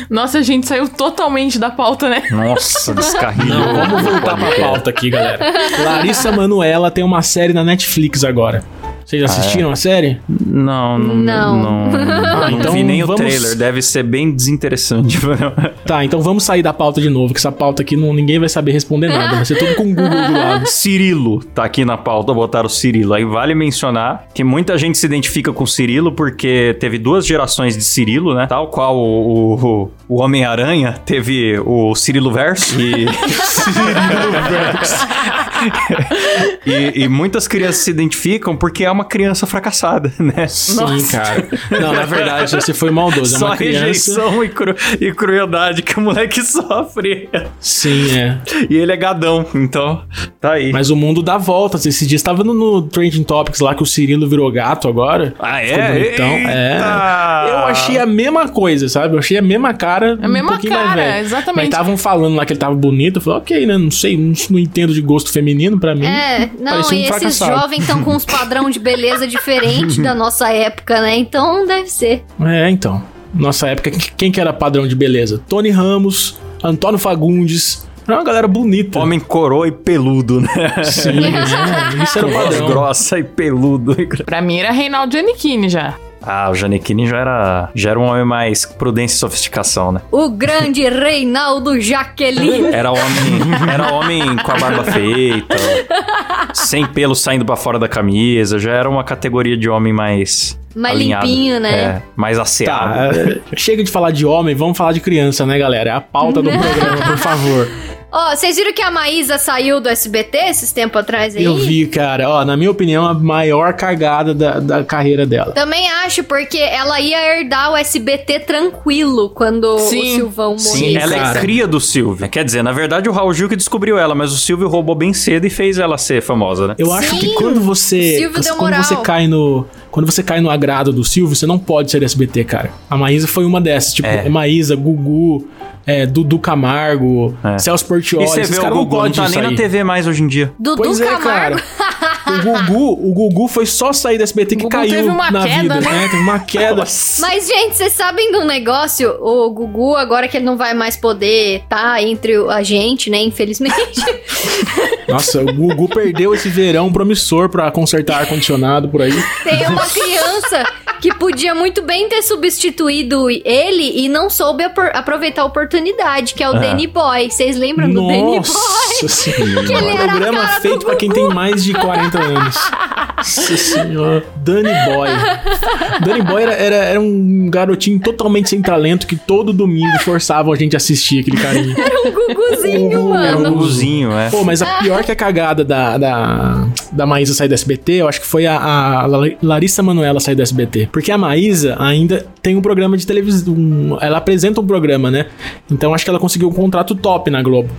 F: Nossa, a gente saiu totalmente da pauta, né?
D: Nossa, descarrilho.
E: Não, vamos voltar pra pauta aqui, galera. Larissa Manuela tem uma série na Netflix agora. Vocês
D: Ah, é?
E: já assistiram a série?
D: Não, não.
G: Não.
D: Não, não
E: então
D: vi nem o
E: vamos-
D: trailer. Deve ser bem desinteressante.
E: Tá, então vamos sair da pauta de novo, que essa pauta aqui não, ninguém vai saber responder nada. Vai ser tudo com o Google do lado.
D: Cirilo tá aqui na pauta, botaram o Cirilo. Aí vale mencionar que muita gente se identifica com o Cirilo porque teve duas gerações de Cirilo, né? Tal qual o, o, o Homem-Aranha teve o Cirilo Verso e. Cirilo Verso. e, e muitas crianças se identificam porque é uma criança fracassada, né?
E: Sim, cara. Não, na verdade, você foi maldoso. É
D: Só
E: uma criança.
D: rejeição e, cru- e crueldade que o moleque sofre.
E: Sim, é.
D: E ele é gadão, então tá aí.
E: Mas o mundo dá voltas. Esse dia estava no, no Trending Topics lá que o Cirilo virou gato agora.
D: ah,
E: Ficou
D: é?
E: bonitão. É.
D: Eita!
E: Eu achei a mesma coisa, sabe? Eu achei a mesma cara.
F: É A mesma
E: um pouquinho mais
F: cara,
E: velho. Mas
F: exatamente.
E: estavam falando lá que ele tava bonito. Eu falei, ok, né? Não sei, não, não entendo de gosto feminino pra mim.
G: É, não,
E: Parecia um
G: e esses
E: fracassado.
G: jovens estão com uns padrão de beleza diferente da nossa época, né? Então deve ser.
E: É, então. Nossa época, qu- quem que era padrão de beleza? Tony Ramos, Antônio Fagundes. Era uma galera bonita.
D: Homem coroa e peludo, né?
E: Sim, é, isso era o
D: Voz
E: padrão.
D: grossa e peludo.
F: Pra mim era Reinaldo Giannichini já.
D: Ah, o Janequini já era, já era um homem mais prudência e sofisticação, né?
G: O grande Reinaldo Jaqueline.
D: Era homem, era homem com a barba feita, sem pelo saindo pra fora da camisa, já era uma categoria de homem mais
G: Mais
D: alinhado.
G: limpinho, né?
D: É, mais asseado.
E: Tá, é, chega de falar de homem, vamos falar de criança, né, galera? É a pauta do programa, por favor.
G: Ó, vocês viram que a Maísa saiu do SBT esses tempos atrás aí?
E: Eu vi, cara. Ó, na minha opinião, a maior cagada da, da carreira dela.
G: Também acho, porque ela ia herdar o SBT tranquilo quando
F: Sim.
G: o Silvão morreu.
D: Sim, ela
E: cara.
D: é cria do Silvio. Quer dizer, na verdade, o Raul Gil que descobriu ela, mas o Silvio roubou bem cedo e fez ela ser famosa, né?
E: Eu acho
G: Sim.
E: que quando você.
G: Silvio deu
E: Quando
G: moral.
E: você cai no. Quando você cai no agrado do Silvio, você não pode ser SBT, cara. A Maísa foi uma dessas. Tipo,
D: É.
E: Maísa, Gugu, é, Dudu Camargo,
D: É.
E: Celso
D: E
E: Portioli.
D: você
E: Esses
D: vê o
E: caras não
D: Gugu, não
E: podem
D: tá nem na
E: sair.
D: TV mais hoje em dia.
G: Dudu
E: Pois é,
G: Camargo.
E: cara. O Gugu, o Gugu foi só sair da SBT que
F: Gugu
E: caiu
F: teve uma
E: na vida,
F: queda,
E: É,
F: né?
E: Teve uma queda.
G: Mas, gente, vocês sabem de um negócio? O Gugu, agora que ele não vai mais poder tá entre o- a gente, né? Infelizmente.
E: Nossa, o Gugu perdeu esse verão promissor pra consertar ar-condicionado por aí.
G: Tem uma criança que podia muito bem ter substituído ele e não soube apor- aproveitar a oportunidade, que é o Danny Boy. Vocês lembram do Danny Boy?
E: Nossa senhora.
G: ele era a
E: programa
G: cara do
E: feito pra quem tem mais de 40 anos. Nossa senhora. Danny Boy. Danny Boy era, era, era um garotinho totalmente sem talento que todo domingo forçavam a gente a assistir aquele carinho.
G: Era um guguzinho,
E: Gugu, era um
G: mano.
E: Gugu.
D: Guguzinho, é.
E: Pô, mas a pior que a cagada da, da, da Maísa sair do SBT, eu acho que foi a, a La- Larissa Manoela sair do SBT. Porque a Maísa ainda tem um programa de televisão. um- ela apresenta um programa, né? Então acho que ela conseguiu um contrato top na Globo.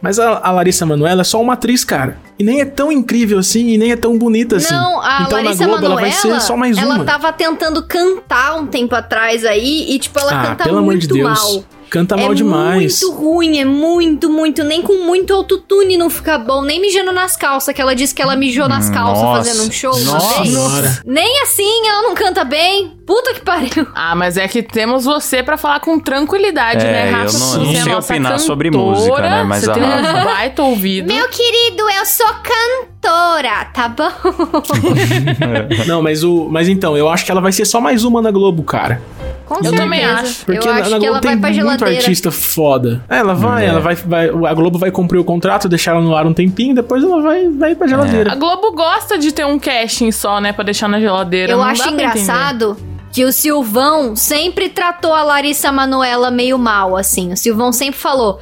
E: Mas a, a Larissa Manoela é só uma atriz, cara. E nem é tão incrível assim, e nem é tão bonita assim.
G: Não, a
E: então
G: Larissa
E: na Globo
G: Manoela,
E: ela vai ser só mais
G: ela tá,
E: uma.
G: tava tentando cantar um tempo atrás aí e, tipo, ela
E: ah,
G: canta
E: pelo amor de
G: muito
E: Deus.
G: mal.
E: Canta Tá mal
G: é
E: demais.
G: muito ruim, é muito, muito. Nem com muito autotune não fica bom. Nem mijando nas calças, que ela disse que ela mijou nas calças
D: Nossa.
G: fazendo um show
D: Nossa
G: uma vez.
E: senhora.
G: Nem assim ela não canta bem. Puta que pariu.
F: Ah, mas é que temos você pra falar com tranquilidade,
D: É,
F: né, Rafa?
D: eu não-
F: Você
D: eu não
F: é
D: sei
F: nossa
D: opinar sobre
F: cantora,
D: música, né, mas
F: você
D: a
F: tem
D: Rafa-
F: um baita ouvido.
G: querido, eu sou cantora, tá bom?
E: Não, mas o. Mas então, eu acho que ela vai ser só mais uma na Globo, cara.
G: Com
F: Eu também
G: certeza.
F: acho,
E: Porque
G: eu
E: na,
G: acho
E: na
G: que
E: Globo
G: ela
E: tem
G: vai pra
E: muito
G: geladeira.
E: artista foda. É. Ela vai, ela vai, vai- A Globo vai cumprir o contrato, deixar ela no ar um tempinho, depois ela vai, vai pra
F: A
G: É.
E: geladeira.
F: Globo gosta de ter um casting só, né, Pra deixar na geladeira.
G: Eu
F: Não
G: acho
F: dá pra
G: engraçado que o Silvão sempre tratou a Larissa Manoela meio mal, assim. O Silvão sempre falou: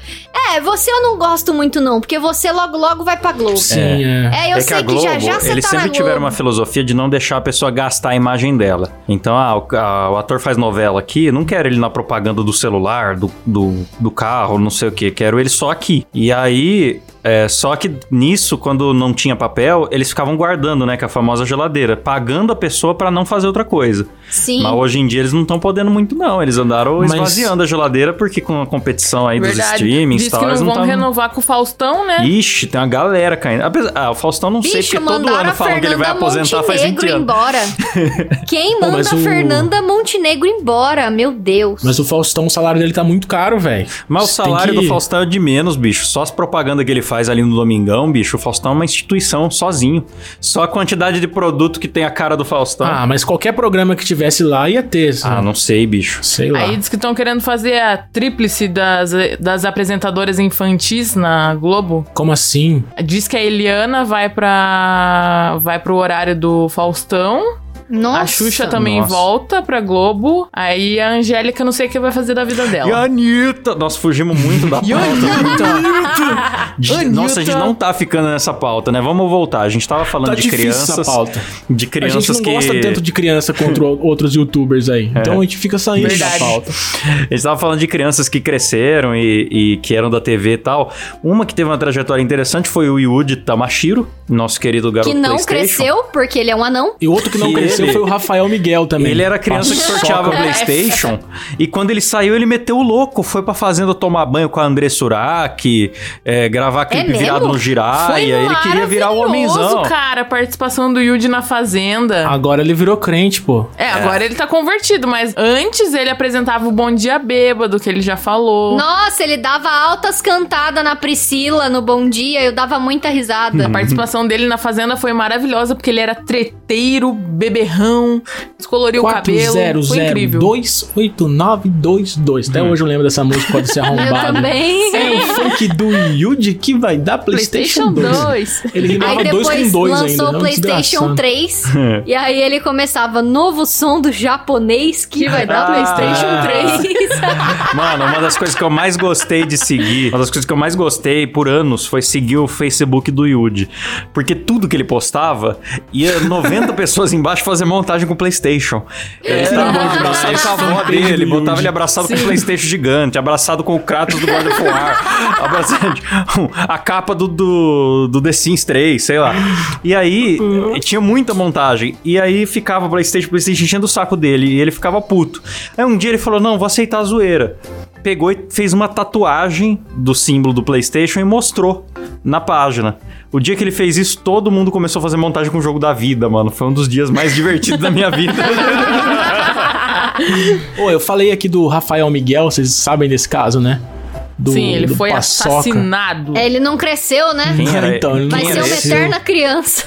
G: É, você eu não gosto muito, não, porque você logo logo vai pra Globo.
E: Sim, é.
G: É,
D: é
G: eu
D: que
G: sei
D: a
G: que,
D: Globo,
G: já já você
D: eles
G: tá na
D: sempre
G: Globo.
D: tiveram uma filosofia de não deixar a pessoa gastar a imagem dela. Então, ah, o, a- o ator faz novela aqui, não quero ele na propaganda do celular, do, do, do carro, não sei o que, quero ele só aqui. E aí, é, só que nisso, quando não tinha papel, eles ficavam guardando, né, com a famosa geladeira, pagando a pessoa pra não fazer outra coisa.
G: Sim.
D: Mas hoje em dia eles não estão podendo muito, não. Eles andaram
E: Mas-
D: esvaziando a geladeira, porque com a competição aí dos
F: Verdade.
D: streamings
F: Diz
D: e tal,
F: que não
D: eles
F: vão
D: não estavam.
F: renovar com o Faustão, né?
D: Ixi, tem uma galera caindo. Apesar- Ah, o Faustão não sei,
G: É. Bicho,
D: porque todo
G: mandaram
D: ano
G: a
D: falam que ele vai
G: Fernanda
D: aposentar faz 20
G: Montenegro
D: anos.
G: embora. Quem
E: Pô,
G: manda
E: mas
G: a
E: o-
G: Fernanda Montenegro embora? Meu Deus.
E: Mas o Faustão, o salário dele tá muito caro, velho.
D: Mas o
E: Você tem
D: salário
E: que-
D: do Faustão é de menos, bicho. Só as propagandas que ele faz ali no Domingão, bicho. O Faustão é uma instituição sozinho. Só a quantidade de produto que tem a cara do Faustão. Ah,
E: Ah, mas qualquer programa que tivesse lá ia ter. sabe?
D: não sei, bicho.
E: Sei lá.
F: Aí diz que estão querendo fazer a tríplice das, das apresentadoras infantis na Globo.
E: Como assim?
F: Diz que a Eliana vai pra. vai pro horário do Faustão.
G: Nossa.
F: a Xuxa
D: tá
F: também
D: Nossa.
F: volta pra Globo. Aí a Angélica não sei o que vai fazer da vida
D: E a
F: dela.
D: Anitta! Nós fugimos muito da pauta.
E: Então,
D: Anitta! Nossa, a gente
F: Anitta!
D: não tá ficando nessa pauta, né? Vamos voltar. A gente tava falando
E: Tá
D: de
E: difícil essa
D: crianças.
E: pauta.
D: De
E: A
D: crianças
E: gente não
D: que.
E: gosta tanto de criança contra o- outros youtubers aí. Então a gente fica saindo da
F: Verdade.
E: pauta.
D: A gente tava falando de crianças que cresceram e, e que eram da TV e tal. Uma que teve uma trajetória interessante foi o Yuji Tamashiro, nosso querido garoto
G: Que não
D: PlayStation.
G: cresceu, porque ele é um anão.
E: E outro que não
D: E
E: cresceu
D: ele-
E: foi o Rafael Miguel também.
D: Ele era criança que
E: Paçoca,
D: sorteava
F: cara.
D: PlayStation. E quando ele saiu, ele meteu o louco. Foi pra fazenda tomar banho com a André Surak, é, gravar clipe
G: mesmo?
D: virado no Jiraya. Ah, Ele queria virar o homenzão.
F: maravilhoso, cara, a participação do Yuji na Fazenda.
E: Agora ele virou crente, pô.
F: É, agora ele tá convertido, mas antes ele apresentava o Bom Dia Bêbado, que ele já falou.
G: Nossa, ele dava altas cantadas na Priscila no Bom Dia, eu dava muita risada.
D: Hum,
F: A participação dele na Fazenda foi maravilhosa, porque ele era treteiro, beberrão, descoloriu o cabelo. foi incrível.
E: 4002892. Até hoje eu lembro dessa música, pode ser
G: eu
E: arrombado.
G: também.
E: É o funk do Yuji que vai dar PlayStation,
F: PlayStation
E: 2.
F: 2.
E: Ele rimava
G: Aí
E: 2
G: depois
E: com 2 ainda. é
G: lançou
D: né?
G: o
E: um desgraçado.
G: PlayStation 3
D: É.
G: e aí ele começava novo som do japonês que vai
D: Ah.
G: dar PlayStation 3.
D: Mano, uma das coisas que eu mais gostei de seguir, uma das coisas que eu mais gostei por anos foi seguir o Facebook do Yuji. Porque tudo que ele postava ia 90 pessoas embaixo fazer montagem com o PlayStation. Ele
E: bom
D: estava
E: demais.
D: abraçado com a avó
E: Fanpage
D: dele,
E: do
D: botava
E: Yuji.
D: ele abraçado com o PlayStation gigante, abraçado com o Kratos do God of War, abraçado- a capa do, do, do The Sims 3, sei lá. E aí, tinha muita montagem. E aí ficava o PlayStation, PlayStation enchendo o saco dele e ele ficava puto. Aí um dia ele falou: Não, vou aceitar a zoeira. Pegou e fez uma tatuagem do símbolo do PlayStation e mostrou na página. O dia que ele fez isso, todo mundo começou a fazer montagem com o jogo da vida, mano. Foi um dos dias mais divertidos da minha vida.
E: Ô, eu falei aqui do Rafael Miguel, vocês sabem desse caso, né? Do,
F: Sim, ele
E: do
F: foi
E: Paçoca.
F: assassinado. é
G: É, ele não cresceu, né?
D: Quem era
E: Então, ele
D: ele?
E: não
G: Vai
D: Quem
G: ser
D: era
G: uma
E: cresceu.
D: esse?
G: eterna criança.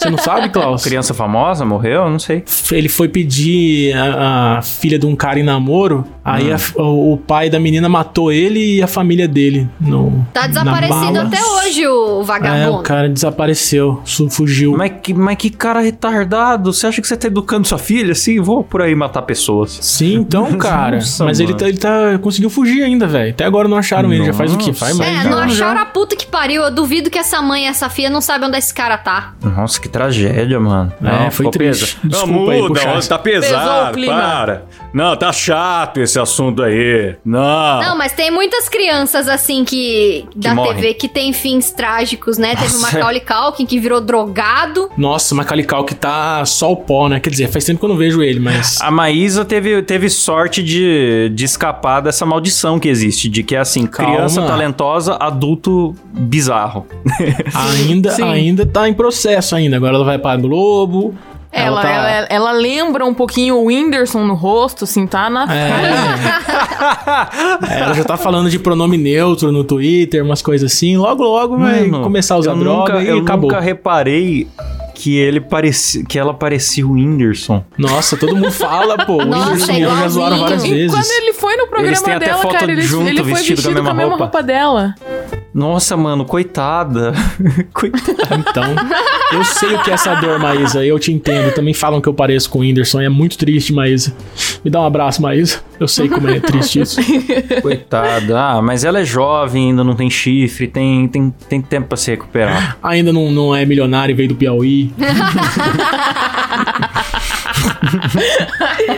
E: Você não sabe, Klaus?
D: Criança famosa? Morreu? Não sei.
E: Ele foi pedir a, a filha de um cara em namoro,
D: Ah.
E: aí a f- o, o pai da menina matou ele e a família dele. No,
G: Tá
E: na
G: desaparecido
E: bala.
G: até hoje o
E: É, o
G: vagabundo.
E: cara desapareceu, su- fugiu.
D: Mas que, mas que cara retardado. Você acha que você tá educando sua filha? Sim, vou por aí matar pessoas.
E: Sim, então, cara.
D: Nossa,
E: mas ele
D: mano.
E: tá, ele tá. Conseguiu fugir ainda, velho. Até agora não acharam ele, já faz o quê? Faz
D: Nossa.
E: mais. de
G: É,
E: um
G: não
E: ano já.
G: acharam a puta que pariu. Eu duvido que essa mãe e essa filha não sabem onde esse cara tá.
D: Nossa, que tragédia, mano.
E: É,
D: Não,
E: foi
D: ficou pesa-
E: triste.
D: Não,
E: Desculpa aí
D: muda,
E: puxar
D: mano,
E: isso.
D: tá
F: Pesou o
D: pesado,
F: clima.
D: para. Não, tá chato esse assunto aí.
E: Ah.
D: Não.
G: Não, mas tem muitas crianças, assim, que... da
D: morrem.
G: TV que tem fins trágicos, né? Teve o
E: é.
D: Nossa.
G: Macaulay Culkin que virou drogado.
E: Nossa, Macaulay que tá só o pó, né? Quer dizer, faz tempo que eu não vejo ele, mas.
D: A Maísa teve, teve sorte de, de escapar dessa maldição que existe, de que é assim,
E: Calma.
D: criança talentosa, adulto bizarro.
E: Ainda,
F: Sim.
E: ainda tá em processo ainda. Agora ela vai pra Globo.
F: Ela,
G: é,
E: tá-
F: ela, ela lembra um pouquinho o Whindersson no rosto, assim, tá na.
E: É. ela já tá falando de pronome neutro no Twitter, umas coisas assim. Logo, logo vai
D: Mano,
E: começar a usar
D: eu
E: droga
D: nunca,
E: e
D: eu
E: acabou.
D: nunca reparei que ele parecia, que ela parecia o Whindersson.
E: Nossa, todo mundo fala, pô. O
G: Nossa,
E: Whindersson e eu já
G: igualzinho.
E: zoaram várias
F: é E
E: vezes.
F: quando ele foi no
D: Eles têm
F: programa
D: até
F: dela,
D: foto
F: cara, ele,
D: junto,
F: ele foi vestido, com a mesma roupa, dela.
D: Nossa, mano, coitada. coitada.
E: Então, eu sei o que é essa dor, Maísa. Eu te entendo. Também falam que eu pareço com o Whindersson. E é muito triste, Maísa. Me dá um abraço, Maísa. Eu sei como é triste isso.
D: Coitada. Ah, mas ela é jovem, ainda não tem chifre, tem, tem, tem tempo pra se recuperar.
E: Ainda não, não é milionário e veio do Piauí.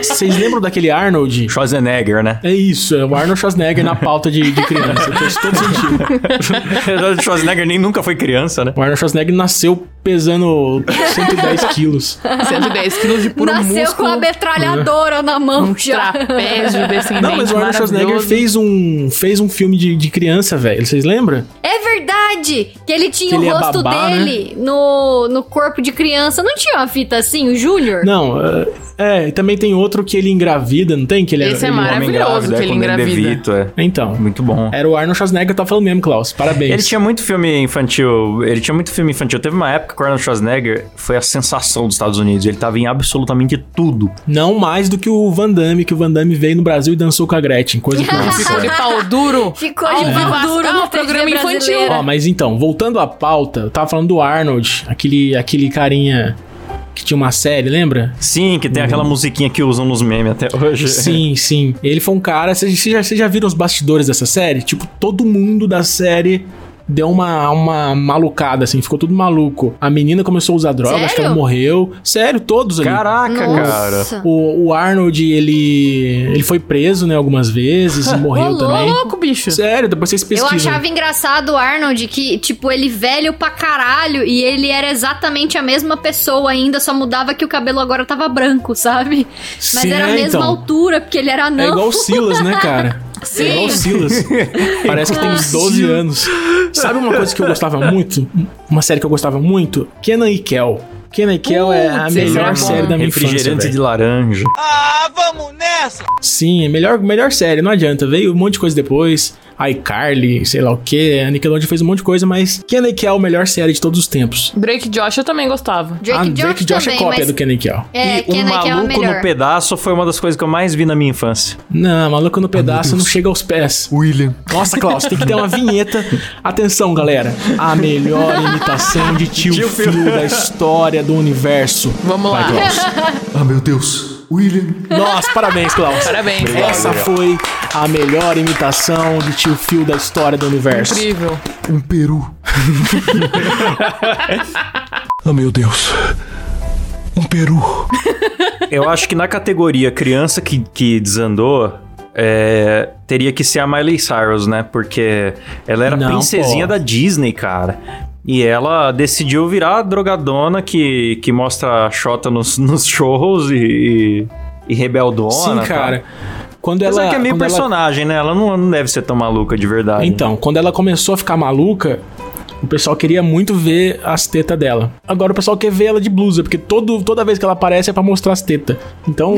E: Vocês lembram daquele Arnold?
D: Schwarzenegger, né?
E: É isso, é o Arnold Schwarzenegger na pauta de, de criança. Faz todo sentido.
D: Schwarzenegger nem nunca foi criança, né?
E: O Arnold Schwarzenegger nasceu pesando 110 quilos.
F: 110 quilos de
E: um
F: puro
G: Nasceu
F: músculo.
G: com a metralhadora na mão já.
F: Trapézio descendente
E: Não, mas o Arnold Schwarzenegger
F: maravilhoso.
E: fez um, fez um filme de, de criança, velho. Vocês lembram?
G: É verdade que ele tinha
E: Que ele
G: o
E: é
G: rosto
E: babá,
G: dele no, no corpo de criança. Não tinha uma fita assim, o Júnior?
E: Não, é- é, e também tem outro que ele engravida, não tem? Que ele
F: Esse é
D: Um
E: ele-
F: maravilhoso. Maravilhoso que ele
D: com o Danny
F: engravida.
D: DeVito, é.
E: Então,
D: Muito bom.
E: era o Arnold Schwarzenegger que tá falando mesmo, Klaus. Parabéns.
D: Ele tinha muito filme infantil. Ele tinha muito filme infantil. Teve uma época que o Arnold Schwarzenegger foi a sensação dos Estados Unidos. Ele tava em absolutamente tudo.
F: um-
E: Não mais do que o Van Damme, que o Van Damme veio no Brasil e dançou com a Gretchen, coisa que eu não
F: Ficou de pau duro.
G: Ficou de
F: Ao
G: pau
F: vivaço,
G: duro
F: ah,
G: no
F: o programa
G: TV
F: infantil.
G: brasileiro.
E: Ó, mas então, voltando à pauta, eu tava falando do Arnold, aquele, aquele carinha que tinha uma série, lembra?
D: Sim, que tem aquela musiquinha que usam nos memes até hoje.
E: Sim, sim. Ele foi um cara. Vocês vocês já, vocês já viram os bastidores dessa série? Tipo, todo mundo da série. Deu uma, uma malucada, assim, ficou tudo maluco. A menina começou a usar droga, acho que
G: Sério?
E: ela morreu. Sério, todos ali.
D: Caraca, cara.
G: Nossa.
E: O, o Arnold, ele. ele foi preso, né, algumas vezes, e
F: Ô,
E: morreu também.
F: louco, bicho.
E: Sério, depois vocês
G: Eu
E: pesquisam.
G: achava engraçado o Arnold que, tipo, ele velho pra caralho e ele era exatamente a mesma pessoa ainda, só mudava que o cabelo agora tava branco, sabe? Mas
E: Sim,
G: era a
E: é,
G: mesma
E: então.
G: altura, porque ele era anão.
E: É igual o Silas, né, cara? É igual o Silas. Parece que tem uns 12 anos. Sabe uma coisa que eu gostava muito? Uma série que eu gostava muito? Kenan e Kel. Kenan e Kel é a
F: Putz, esse era
E: melhor
F: bom.
E: série da minha infância.
D: um Refrigerante de
E: velho.
D: laranja.
E: Sim, é melhor, melhor série, não adianta. Veio um monte de coisa depois. iCarly, sei lá o que. A Nickelodeon fez um monte de coisa, mas Kenan e Kel é a melhor série de todos os tempos.
F: Drake Josh eu também gostava.
G: Drake
E: a
G: Josh
E: Drake Josh
G: também,
E: é cópia
G: mas...
E: do Kenan e Kel.
G: É,
D: e um
G: Kenan Kel é o
D: maluco no
G: melhor.
D: pedaço foi uma das coisas que eu mais vi na minha infância.
E: Não, maluco
D: É
E: no pedaço não chega aos pés.
D: William.
E: Nossa, Klaus, tem que ter uma vinheta. Atenção, galera. A melhor imitação de tio,
D: Tio Phil.
E: Phil da história do universo.
F: Vamos lá.
I: Ah, meu Deus. William.
E: Nossa, parabéns, Klaus.
F: Parabéns.
E: Essa foi a melhor imitação de tio Phil da história do universo.
F: Incrível.
I: Um peru. ah, meu Deus. Um peru.
D: Eu acho que na categoria criança que, que desandou, é, teria que ser a Miley Cyrus, né? Porque ela era
E: Não,
D: princesinha
E: pô.
D: da Disney, cara. E ela decidiu virar a drogadona que, que mostra a Xota nos, nos shows e, e, e rebeldona.
E: Sim,
D: tá?
E: cara. Quando
D: Apesar
E: ela,
D: que é meio
E: quando ela-
D: personagem, né? Ela não, não deve ser tão maluca de verdade.
E: Então, quando ela começou a ficar maluca, o pessoal queria muito ver as tetas dela. Agora o pessoal quer ver ela de blusa, porque todo, toda vez que ela aparece é pra mostrar as tetas. Então.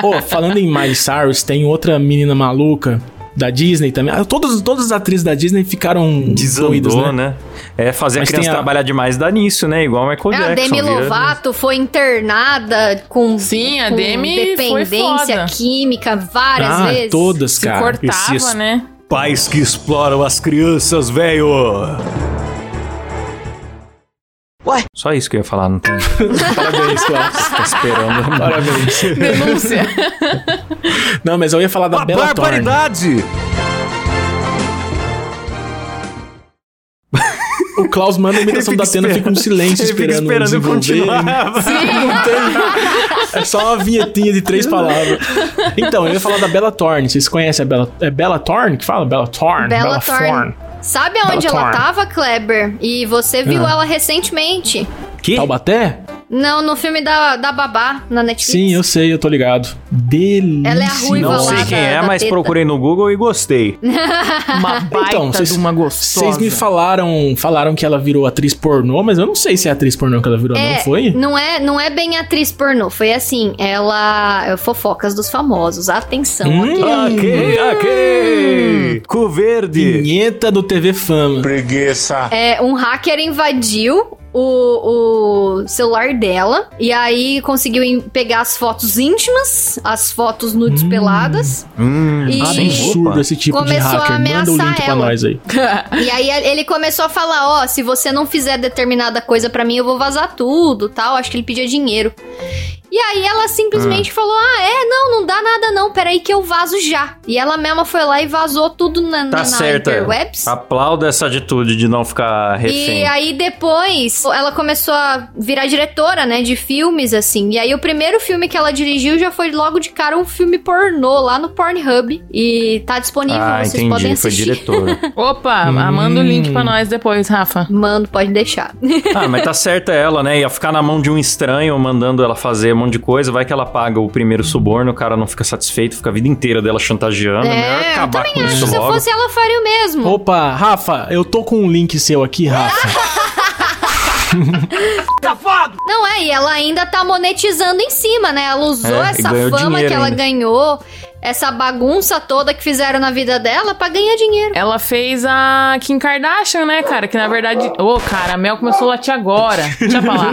E: Pô, falando em Miley Cyrus, tem outra menina maluca da Disney também. Ah, Todas, todas as atrizes da Disney ficaram
D: Desandou,
E: doidas,
D: né?
E: né?
D: É fazer
E: Mas
D: a criança
E: tem a-
D: trabalhar demais dá nisso, né? Igual o Michael
G: A
D: Jackson.
G: É, Ah, Demi
D: vira-
G: Lovato foi internada com,
F: Sim, a
G: com
F: Demi foi
G: dependência
F: foda.
G: química várias
E: ah,
G: vezes.
E: todas,
F: Se
E: cara.
F: cortava,
E: Esses-
F: né?
D: Pais que exploram as crianças, velho! Só isso que eu ia falar, não tem.
E: Parabéns, Klaus.
D: Tá esperando.
E: Parabéns.
F: Denúncia.
E: Não, mas eu ia falar da Bela Thorne.
I: Barbaridade!
E: O Klaus manda a imitação
D: Ele
E: da
D: fica
E: Atena, fica um silêncio
D: Ele fica
E: esperando,
D: esperando eu
E: desenvolver.
D: continuar.
E: Não tem. É só uma vinhetinha de três palavras. Então, eu ia falar da Bella Thorne. Vocês conhecem a Bella... É Bella Thorne que fala? Bella Thorne?
G: Bella Thorne. Sabe aonde
E: Bella
G: ela
E: Thorne.
G: tava, Kleber? E você viu
E: Ah.
G: ela recentemente.
E: Tá
D: Que?
E: Taubaté?
G: Não, no filme da, da Babá, na Netflix.
E: Sim, eu sei, eu tô ligado. Delícia.
G: Ela é a ruiva
D: Não
G: lá
D: sei quem
G: da-
D: é,
G: da
D: mas
G: teta.
D: procurei no Google e gostei.
G: Hum.
F: Uma baita
E: Então, vocês-
F: de uma gostosa.
E: Vocês me falaram, falaram que ela virou atriz pornô, mas eu não sei se é atriz pornô que ela virou,
G: É,
E: não foi?
G: Não é, não é bem atriz pornô. Foi assim, ela. é, Fofocas dos famosos. Atenção.
E: Hum,
G: ok?
D: Ah, Ok,
G: Hum.
D: ok. Cu verde.
E: Vinheta do TV Fama.
H: Preguiça.
G: É, um hacker invadiu o, o celular dela e aí conseguiu em- pegar as fotos íntimas, as fotos nudes peladas.
D: Hum,
G: E-
D: sem roupa.
E: Absurdo esse tipo de
G: Começou a
E: hacker. Manda o
G: ameaçar
E: link pra
G: ela.
E: nós aí.
G: E aí ele começou a falar, ó, se você não fizer determinada coisa pra mim, eu vou vazar tudo, tal. Acho que ele pedia dinheiro. E aí ela simplesmente falou, ah, é, não, não dá nada não, peraí que eu vazo já. E ela mesma foi lá e vazou tudo na, na,
D: Tá
G: na
D: certa.
G: interwebs.
D: Aplauda essa atitude de não ficar refém.
G: E aí depois ela começou a virar diretora, né, de filmes assim. E aí o primeiro filme que ela dirigiu já foi logo de cara um filme pornô lá no Pornhub e tá disponível,
D: ah,
G: vocês podem
D: entendi. Foi
G: assistir.
D: diretor.
F: Opa, manda o link pra nós depois, Rafa.
G: Mando, pode deixar.
D: Ah, mas tá certa ela, né? Ia ficar na mão de um estranho mandando ela fazer um monte de coisa. Vai que ela paga o primeiro suborno, o cara não fica satisfeito, fica a vida inteira dela chantageando. É, melhor
G: é, eu
D: acabar
G: também
D: com
G: acho.
D: isso
G: Se eu
D: logo.
G: fosse ela, eu faria o mesmo.
E: Opa, Rafa, eu tô com um link seu aqui, Rafa.
G: Não é, e ela ainda tá monetizando em cima, né? Ela usou
D: É, e
G: essa
D: ganhou
G: fama
D: dinheiro
G: que ela
D: ainda.
G: ganhou, essa bagunça toda que fizeram na vida dela pra ganhar dinheiro.
F: Ela fez a Kim Kardashian, né, cara? Que na verdade. Ô, cara, a Mel começou a latir agora. Deixa pra lá.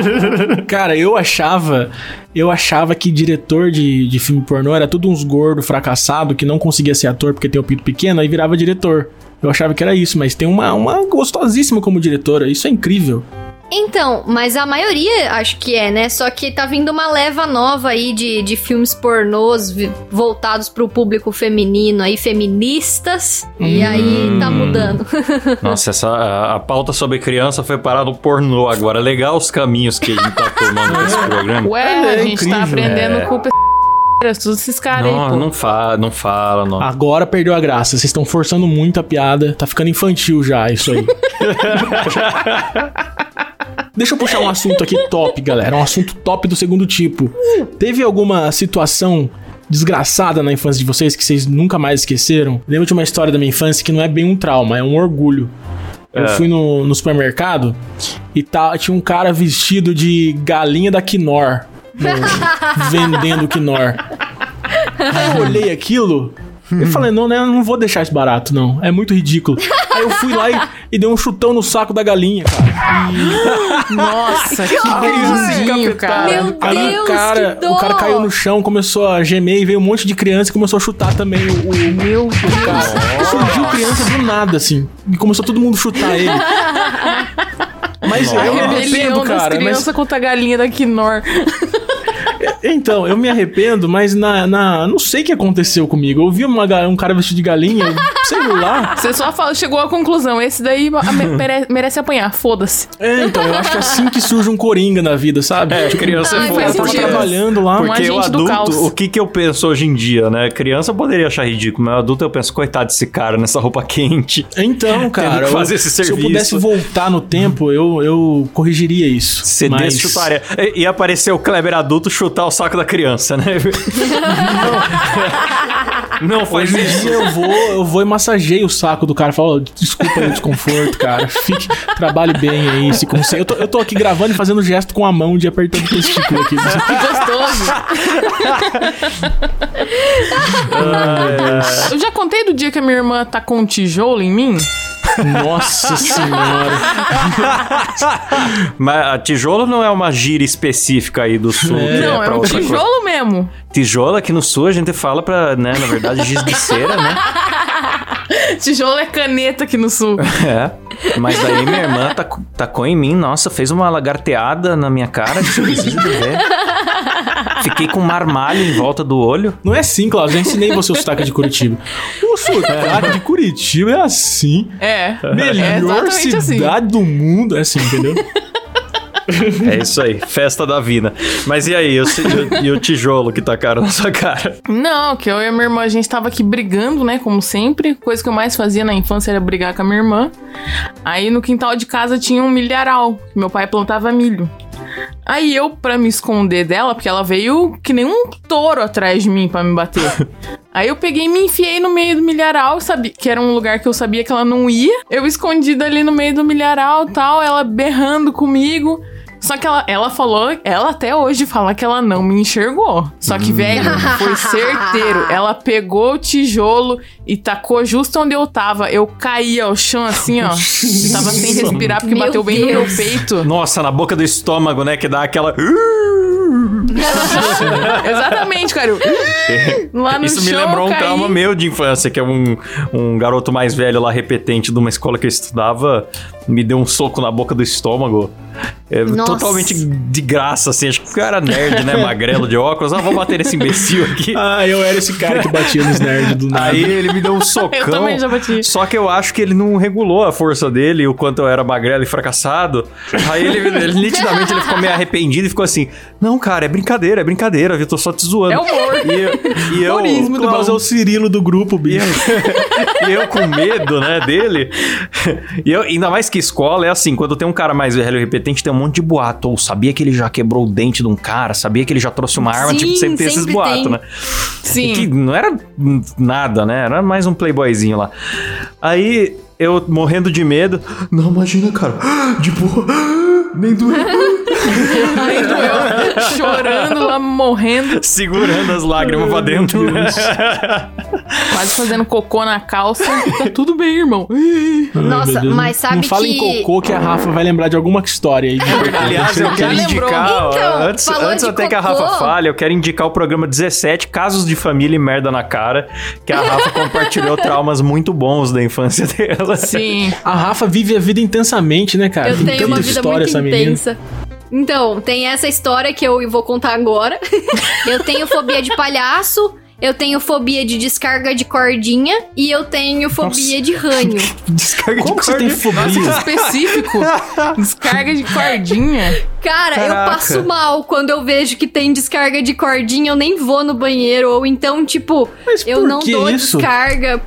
E: Cara, eu achava. Eu achava que diretor de, de filme pornô era tudo uns gordo fracassado que não conseguia ser ator porque tem o pinto pequeno aí virava diretor. Eu achava que era isso, mas tem uma, uma gostosíssima como diretora. Isso é incrível.
G: Então, mas a maioria acho que é, né? Só que tá vindo uma leva nova aí de, de filmes pornôs vi- voltados pro público feminino aí, feministas. E aí
D: Hum.
G: tá mudando.
D: Nossa, essa, a, a pauta sobre criança foi parar no pornô agora. Legal os caminhos que a gente tá tomando nesse programa.
F: Ué,
E: É,
F: a
E: é
F: gente
E: incrível.
F: tá aprendendo
D: É.
F: com o p... todos esses caras aí, pô. Ah,
D: Não, não fala, não fala, não.
E: Agora perdeu a graça. Vocês estão forçando muito a piada. Tá ficando infantil já, isso aí. Deixa eu puxar um assunto aqui top, galera. Um assunto top do segundo tipo. Teve alguma situação desgraçada na infância de vocês que vocês nunca mais esqueceram? Lembro de uma história da minha infância que não é bem um trauma, é um orgulho. Eu
D: É.
E: fui no, no supermercado e tá, tinha um cara vestido de galinha da Quinor. no- vendendo Quinor. Aí eu olhei aquilo e falei, não, né? eu Não vou deixar isso barato, não. É muito ridículo. Aí eu fui lá e, e dei um chutão no saco da galinha, cara.
F: Nossa, que bonzinho, cara.
G: Meu
E: Aí
G: Deus,
E: o cara,
G: que dó!
E: o cara caiu no chão, começou a gemer e veio um monte de criança e começou a chutar também o, o
F: Meu Deus.
E: cara. Surgiu criança do nada, assim. E começou todo mundo a chutar ele. Mas
D: Nossa.
E: eu me arrependo,
F: Rebelião das
E: cara. Mas,
F: crianças contra a galinha da Quinor.
E: então, eu me arrependo, mas na, na- não sei o que aconteceu comigo. Eu vi uma ga- um cara vestido de galinha, sei lá.
F: Você só fala- chegou à conclusão. Esse daí a- me- mere- merece apanhar, foda-se.
E: É, então, eu acho que é assim que surge um coringa na vida, sabe?
D: É,
E: Tipo,
D: criança
F: Ai,
D: é
E: eu
F: faz
E: tava
D: foda.
F: sentido.
D: porque-
E: trabalhando lá.
F: Um
D: Porque o
F: agente do caos.
D: adulto, o que que eu penso hoje em dia, né? Criança eu poderia achar ridículo, mas adulto eu penso, coitado desse cara nessa roupa quente.
E: Então, cara,
D: que fazer
E: eu-
D: esse
E: se eu
D: serviço.
E: pudesse voltar no tempo, eu, eu corrigiria isso.
D: Você
E: Mas-
D: chutaria. E- Ia aparecer o Kleber adulto chutar o saco da criança, né? Não, faz
E: Hoje em
D: isso.
E: dia eu vou, eu vou e massageio o saco do cara. Falo, "Ó, desculpa aí o desconforto, cara. Fique, trabalhe bem aí, se consegue. Eu tô, eu tô aqui gravando e fazendo gesto com a mão de apertando o testículo aqui.
F: Que gostoso. Eu já contei do dia que a minha irmã tacou um tijolo em mim?
E: Nossa senhora.
D: Mas a tijolo não é uma gíria específica aí do sul. que
F: não, é
D: pra
F: um
D: outra
F: tijolo
D: coisa.
F: mesmo.
D: Tijolo aqui no sul a gente fala pra, né, na verdade, giz de cera, né?
F: Tijolo é caneta aqui no sul.
D: É. Mas daí minha irmã tac- tacou em mim, nossa, fez uma lagarteada na minha cara que você precisa de ver. Fiquei com um marmalho em volta do olho.
E: Não é assim, Cláudio. Já ensinei você o sotaque de Curitiba. O sotaque de Curitiba é assim.
F: É. é
E: Melhor
F: exatamente
E: cidade
F: assim.
E: do mundo. É assim, entendeu?
D: É isso aí, festa da vida. Mas e aí, e o, ci- e o- e o tijolo que tacaram na sua cara?
F: Não, que eu e a minha irmã, a gente tava aqui brigando, né? Como sempre. Coisa que eu mais fazia na infância era brigar com a minha irmã. Aí no quintal de casa tinha um milharal. que Meu pai plantava milho. Aí eu, pra me esconder dela, porque ela veio que nem um touro atrás de mim pra me bater. Aí eu peguei e me enfiei no meio do milharal, sabe? Que era um lugar que eu sabia que ela não ia. Eu escondida ali no meio do milharal tal, ela berrando comigo. Só que ela, ela falou, ela até hoje fala que ela não me enxergou. Só
G: Hum.
F: que, velho, foi certeiro. Ela pegou o tijolo e tacou justo onde eu tava. Eu caí ao chão assim, ó. Eu tava sem respirar porque
G: Meu
F: bateu bem no meu
G: Deus.
F: peito.
D: Nossa, na boca do estômago, né? Que dá aquela.
F: Exatamente, cara. Eu- Lá no
D: Isso me
F: chão,
D: lembrou
F: eu
D: um
F: caí.
D: trauma meu de infância, que é um, um garoto mais velho lá, repetente de uma escola que eu estudava, me deu um soco na boca do estômago. É,
G: Nossa.
D: totalmente de graça, assim. Acho que o cara nerd, né? Magrelo de óculos. Ah, vou bater nesse imbecil aqui.
E: ah, eu era esse cara que batia nos nerds do nada.
D: Aí ele me deu um socão.
F: Eu também já bati.
D: Só que eu acho que ele não regulou a força dele, o quanto eu era magrelo e fracassado. Aí ele, ele nitidamente ele ficou meio arrependido e ficou assim: Não, cara, é brincadeira, é brincadeira, eu tô só te zoando.
F: É humor.
D: E eu, e eu,
F: Humorismo do
D: Klaus,
E: Mas é o Cirilo do grupo,
D: e
E: bicho.
D: eu- e eu com medo, né, dele. E eu, ainda mais que escola, é assim, quando tem um cara mais velho e repetente, tem um monte de boato. Ou sabia que ele já quebrou o dente de um cara, sabia que ele já trouxe uma arma,
G: Sim,
D: tipo, sempre tem esses
G: sempre
D: boatos,
G: tem.
D: né?
F: Sim.
D: Que não era nada, né? Era mais um playboyzinho lá. Aí eu morrendo de medo.
I: Não, imagina, cara. De boa. Nem doeu.
F: Aí doeu, chorando lá, morrendo,
D: Segurando as lágrimas pra dentro.
F: quase fazendo cocô na calça. Tá tudo bem, irmão. Ih,
E: Ai,
G: Nossa,
E: meu Deus,
G: mas
E: não-
G: sabe
E: Não fala
G: que-
E: em cocô que a Rafa vai lembrar de alguma história aí.
D: Aliás, eu quero
F: Já lembrou.
D: indicar. ó,
G: Então,
D: antes
G: falou
D: antes
G: de
D: até que a
G: cocô.
D: Rafa fale, eu quero indicar o programa 17, Casos de Família e Merda na Cara, que a Rafa compartilhou traumas muito bons da infância dela.
F: Sim.
E: A Rafa vive a vida intensamente, né, cara?
G: Eu
E: Tem
G: tenho
E: tanta
G: uma vida
E: história
G: muito
E: essa menina.
G: intensa. Então, tem essa história que eu vou contar agora. eu tenho fobia de palhaço, eu tenho fobia de descarga de cordinha e eu tenho fobia de ranho.
D: Descarga
E: Como que
D: de
E: você tem
D: corda.
E: fobia?
F: Específico. Descarga de cordinha.
G: Cara,
D: Caraca.
G: eu passo mal quando eu vejo que tem descarga de cordinha, eu nem vou no banheiro. Ou então, tipo,
E: Mas
G: eu
E: por
G: não
E: que
G: dou
E: isso?
G: descarga.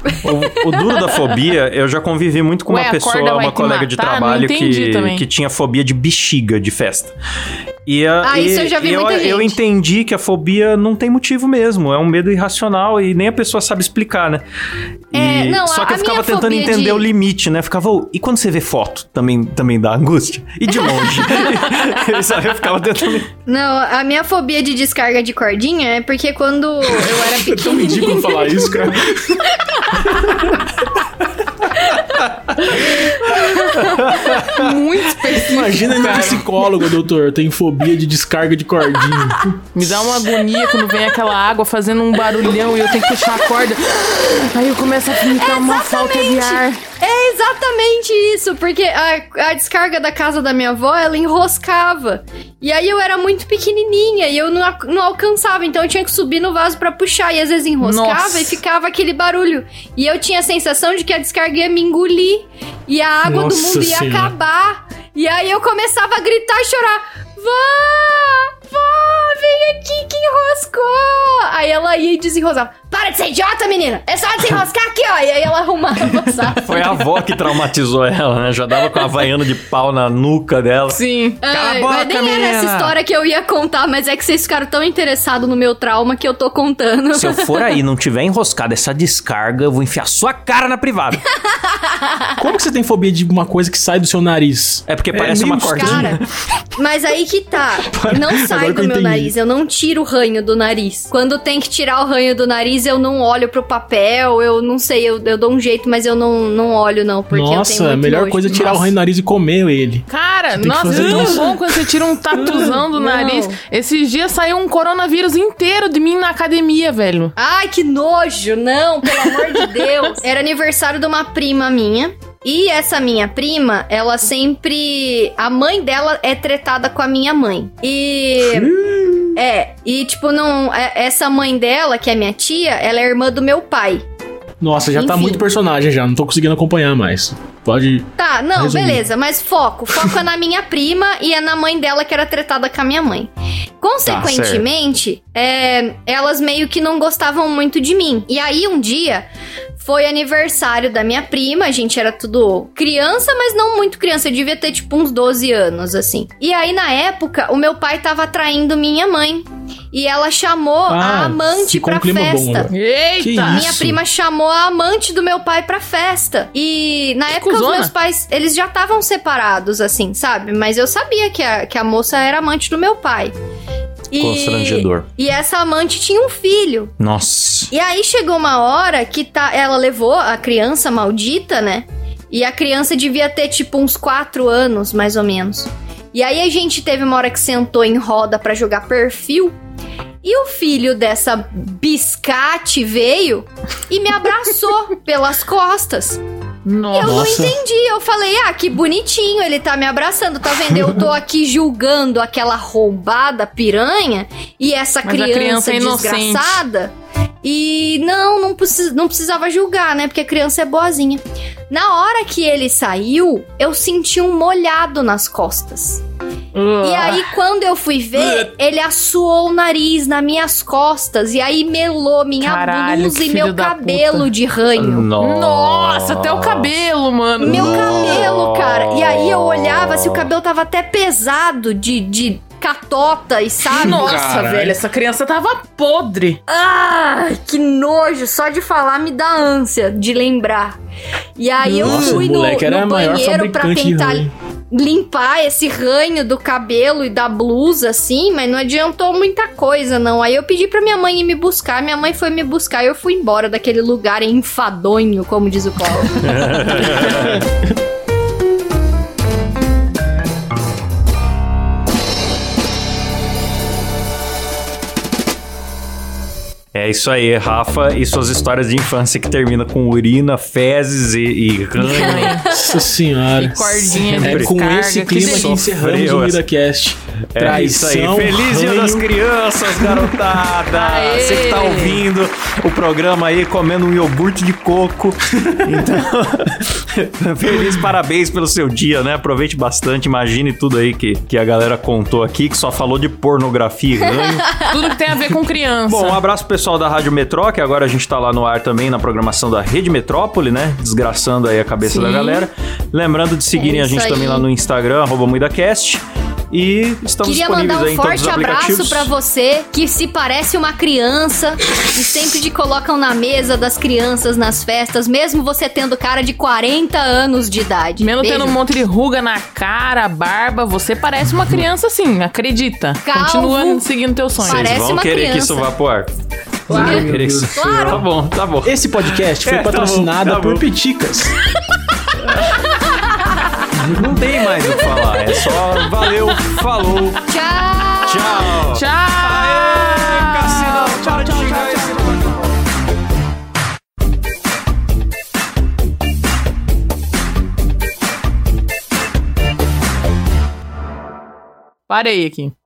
D: O, o duro da fobia, eu já convivi muito com
F: Ué,
D: uma
F: a corda
D: pessoa,
F: vai
D: uma
F: te
D: colega de
F: matar? Não
D: trabalho
F: entendi
D: que,
F: também.
D: que tinha fobia de bexiga de festa. E, a-
G: Ah,
D: e-
G: isso eu já vi
D: e
G: muita
D: eu, eu
G: gente.
D: entendi que a fobia não tem motivo mesmo, é um medo irracional e nem a pessoa sabe explicar, né?
G: É,
D: E-
G: não,
D: só
G: a-
D: que eu
G: a
D: ficava
G: minha
D: tentando
G: fobia
D: entender
G: de-
D: o limite, né? Ficava, "Oh, e quando você vê foto, também, também dá angústia? E de longe? Sabe, eu ficava tentando...
G: Não, a minha fobia de descarga de cordinha é porque quando eu era
E: Tão
G: pequena.
E: ridículo falar isso, cara.
F: Muito específico.
E: Imagina ele
F: cara.
E: psicólogo, doutor. Eu tenho fobia de descarga de cordinha.
F: Me dá uma agonia quando vem aquela água fazendo um barulhão e eu tenho que puxar a corda. Aí eu começo a vomitar uma falta de ar.
G: É exatamente isso, porque a, a descarga da casa da minha avó, ela enroscava. E aí eu era muito pequenininha e eu não, ac- não alcançava, então eu tinha que subir no vaso pra puxar. E às vezes enroscava
F: Nossa.
G: e ficava aquele barulho. E eu tinha a sensação de que a descarga ia me engolir e a água do
E: Nossa
G: mundo ia
E: Senhora.
G: acabar. E aí eu começava a gritar e chorar. Vó! Vó, vem aqui que enroscou! Aí ela ia e desenroscava. Para de ser idiota, menina! É só desenroscar aqui, ó! E aí ela arrumava, sabe?
D: Foi a avó que traumatizou ela, né? Já dava com a havaiana de pau na nuca dela.
F: Sim.
D: Cala a
G: Ai,
D: boca,
G: mas nem era essa
D: menina!
G: história que eu ia contar, mas é que vocês ficaram tão interessados no meu trauma que eu tô contando.
D: Se eu for aí e não tiver enroscado essa descarga, eu vou enfiar sua cara na privada.
E: Como que você tem fobia de uma coisa que sai do seu nariz?
D: É porque parece
E: meio
D: uma cordinha.
E: estranho.
G: Cara, mas aí que tá. Não sai
E: Agora que
G: do
E: eu
G: meu
E: entendi.
G: nariz, eu não tiro o ranho do nariz. Quando tem que tirar o ranho do nariz, eu não olho pro papel, eu não sei, eu, eu dou um jeito, mas eu não, não olho não, porque eu tenho
E: Nossa, a
G: muito
E: melhor
G: nojo.
E: coisa é tirar o
G: Nossa.
E: ranho do nariz e comer ele.
F: Cara,
E: que
F: nossa,
E: fazer
F: é tão
E: isso.
F: bom quando você tira um tatuzão do
G: Não.
F: nariz. Esses dias saiu um coronavírus inteiro de mim na academia, velho.
G: Ai, que nojo! Não, pelo amor de Deus! Era aniversário de uma prima minha. E essa minha prima, ela sempre. A mãe dela é tretada com a minha mãe. E. É, e tipo, não. é- Essa mãe dela, que é minha tia, ela é irmã do meu pai.
E: Nossa, já tá
G: Enfim.
E: muito personagem já, não tô conseguindo acompanhar mais. Pode.
G: Tá, não,
E: Resumindo.
G: beleza, mas foco. Foco é na minha prima e é na mãe dela que era tretada com a minha mãe. Consequentemente,
E: Tá,
G: é, elas meio que não gostavam muito de mim. E aí um dia foi aniversário da minha prima, a gente era tudo criança, mas não muito criança, eu devia ter tipo uns 12 anos assim. E aí na época, o meu pai tava traindo minha mãe. E ela chamou
E: Ah,
G: a amante
E: ficou um
G: pra
E: clima bom
G: festa.
E: agora.
F: Eita!
E: Que isso?
G: Minha prima chamou a amante do meu pai pra festa. E na época
F: cuzona.
G: os meus pais, eles já estavam separados, assim, sabe? Mas eu sabia que a, que a moça era amante do meu pai. E,
D: Constrangedor.
G: E essa amante tinha um filho.
D: Nossa.
G: E aí chegou uma hora que tá, ela levou a criança maldita, né? E a criança devia ter tipo uns 4 anos, mais ou menos. E aí a gente teve uma hora que sentou em roda pra jogar perfil. E o filho dessa biscate veio e me abraçou pelas costas. E eu
F: Nossa.
E: Nossa.
G: não entendi. Eu falei, ah, que bonitinho, ele tá me abraçando, tá vendo? Eu tô aqui julgando aquela roubada piranha e essa
F: Mas a
G: criança,
F: criança é inocente.
G: desgraçada. E não, não, precis- não precisava julgar, né? Porque a criança é boazinha. Na hora que ele saiu, eu senti um molhado nas costas. E
F: Ah.
G: aí, quando eu fui ver, ele assoou o nariz nas minhas costas. E aí, melou minha
F: Caralho,
G: blusa
F: que
G: e
F: filho
G: meu
F: da
G: cabelo
F: puta.
G: de ranho.
F: Nossa, até o cabelo, mano.
G: Meu
D: Nossa.
G: cabelo, cara. E aí eu olhava, assim, o cabelo tava até pesado de, de catota e sabe?
F: Nossa,
E: Caralho.
F: velho, essa criança tava podre.
G: Ai, que nojo. Só de falar me dá ânsia de lembrar. E aí
E: Nossa,
G: eu
E: o
G: fui no,
E: moleque era
G: no
E: a maior
G: banheiro pra
E: fabricante de
G: tentar
E: ranho.
G: limpar esse ranho do cabelo e da blusa, assim, mas não adiantou muita coisa, não. Aí eu pedi pra minha mãe ir me buscar, minha mãe foi me buscar e eu fui embora daquele lugar enfadonho, como diz o Paulo.
D: É isso aí, Rafa e suas histórias de infância que termina com urina, fezes e, e ranho.
E: Nossa senhora.
F: Que cordinha de
E: É com
F: descarga,
E: esse
F: que
E: clima que
F: delícia.
E: encerramos
D: Sofreu
E: o
D: essa.
E: MiraCast.
D: É isso aí. Feliz Dia das Crianças, garotada!
F: Aê!
D: Você que tá ouvindo o programa aí, comendo um iogurte de coco. Então, feliz parabéns pelo seu dia, né? Aproveite bastante, imagine tudo aí que, que a galera contou aqui, que só falou de pornografia e ganho.
F: Tudo que tem a ver com criança.
D: Bom, um abraço pro pessoal da Rádio Metró, que agora a gente tá lá no ar também na programação da Rede Metrópole, né? Desgraçando aí a cabeça
F: Sim.
D: da galera. Lembrando de seguirem
G: É
D: a gente
G: isso
D: também
G: aí.
D: lá no Instagram, arroba MuidaCast. E estamos
G: Queria
D: disponíveis
G: mandar
D: aí
G: um
D: em todos os
G: forte
D: aplicativos.
G: abraço pra você que se parece uma criança e sempre te colocam na mesa das crianças nas festas, mesmo você tendo cara de 40 anos de idade.
F: Mesmo
G: Beijo.
F: tendo um monte de ruga na cara, barba, você parece uma criança sim, acredita.
G: Calvo.
F: Continua seguindo teu sonho.
G: Parece
D: Vocês vão
G: uma
D: querer que
G: criança.
D: isso vá pro ar. Vocês vão querer que isso-
G: Claro.
D: Tá bom, tá bom.
E: Esse podcast foi
D: É, tá bom,
E: patrocinado
D: tá bom.
E: por Piticas.
D: Não tem mais o que falar. É só valeu, falou,
G: Tchau!
D: tchau.
F: Tchau!
D: Aê, Cassino, para de xingar esse-
F: Parei aqui.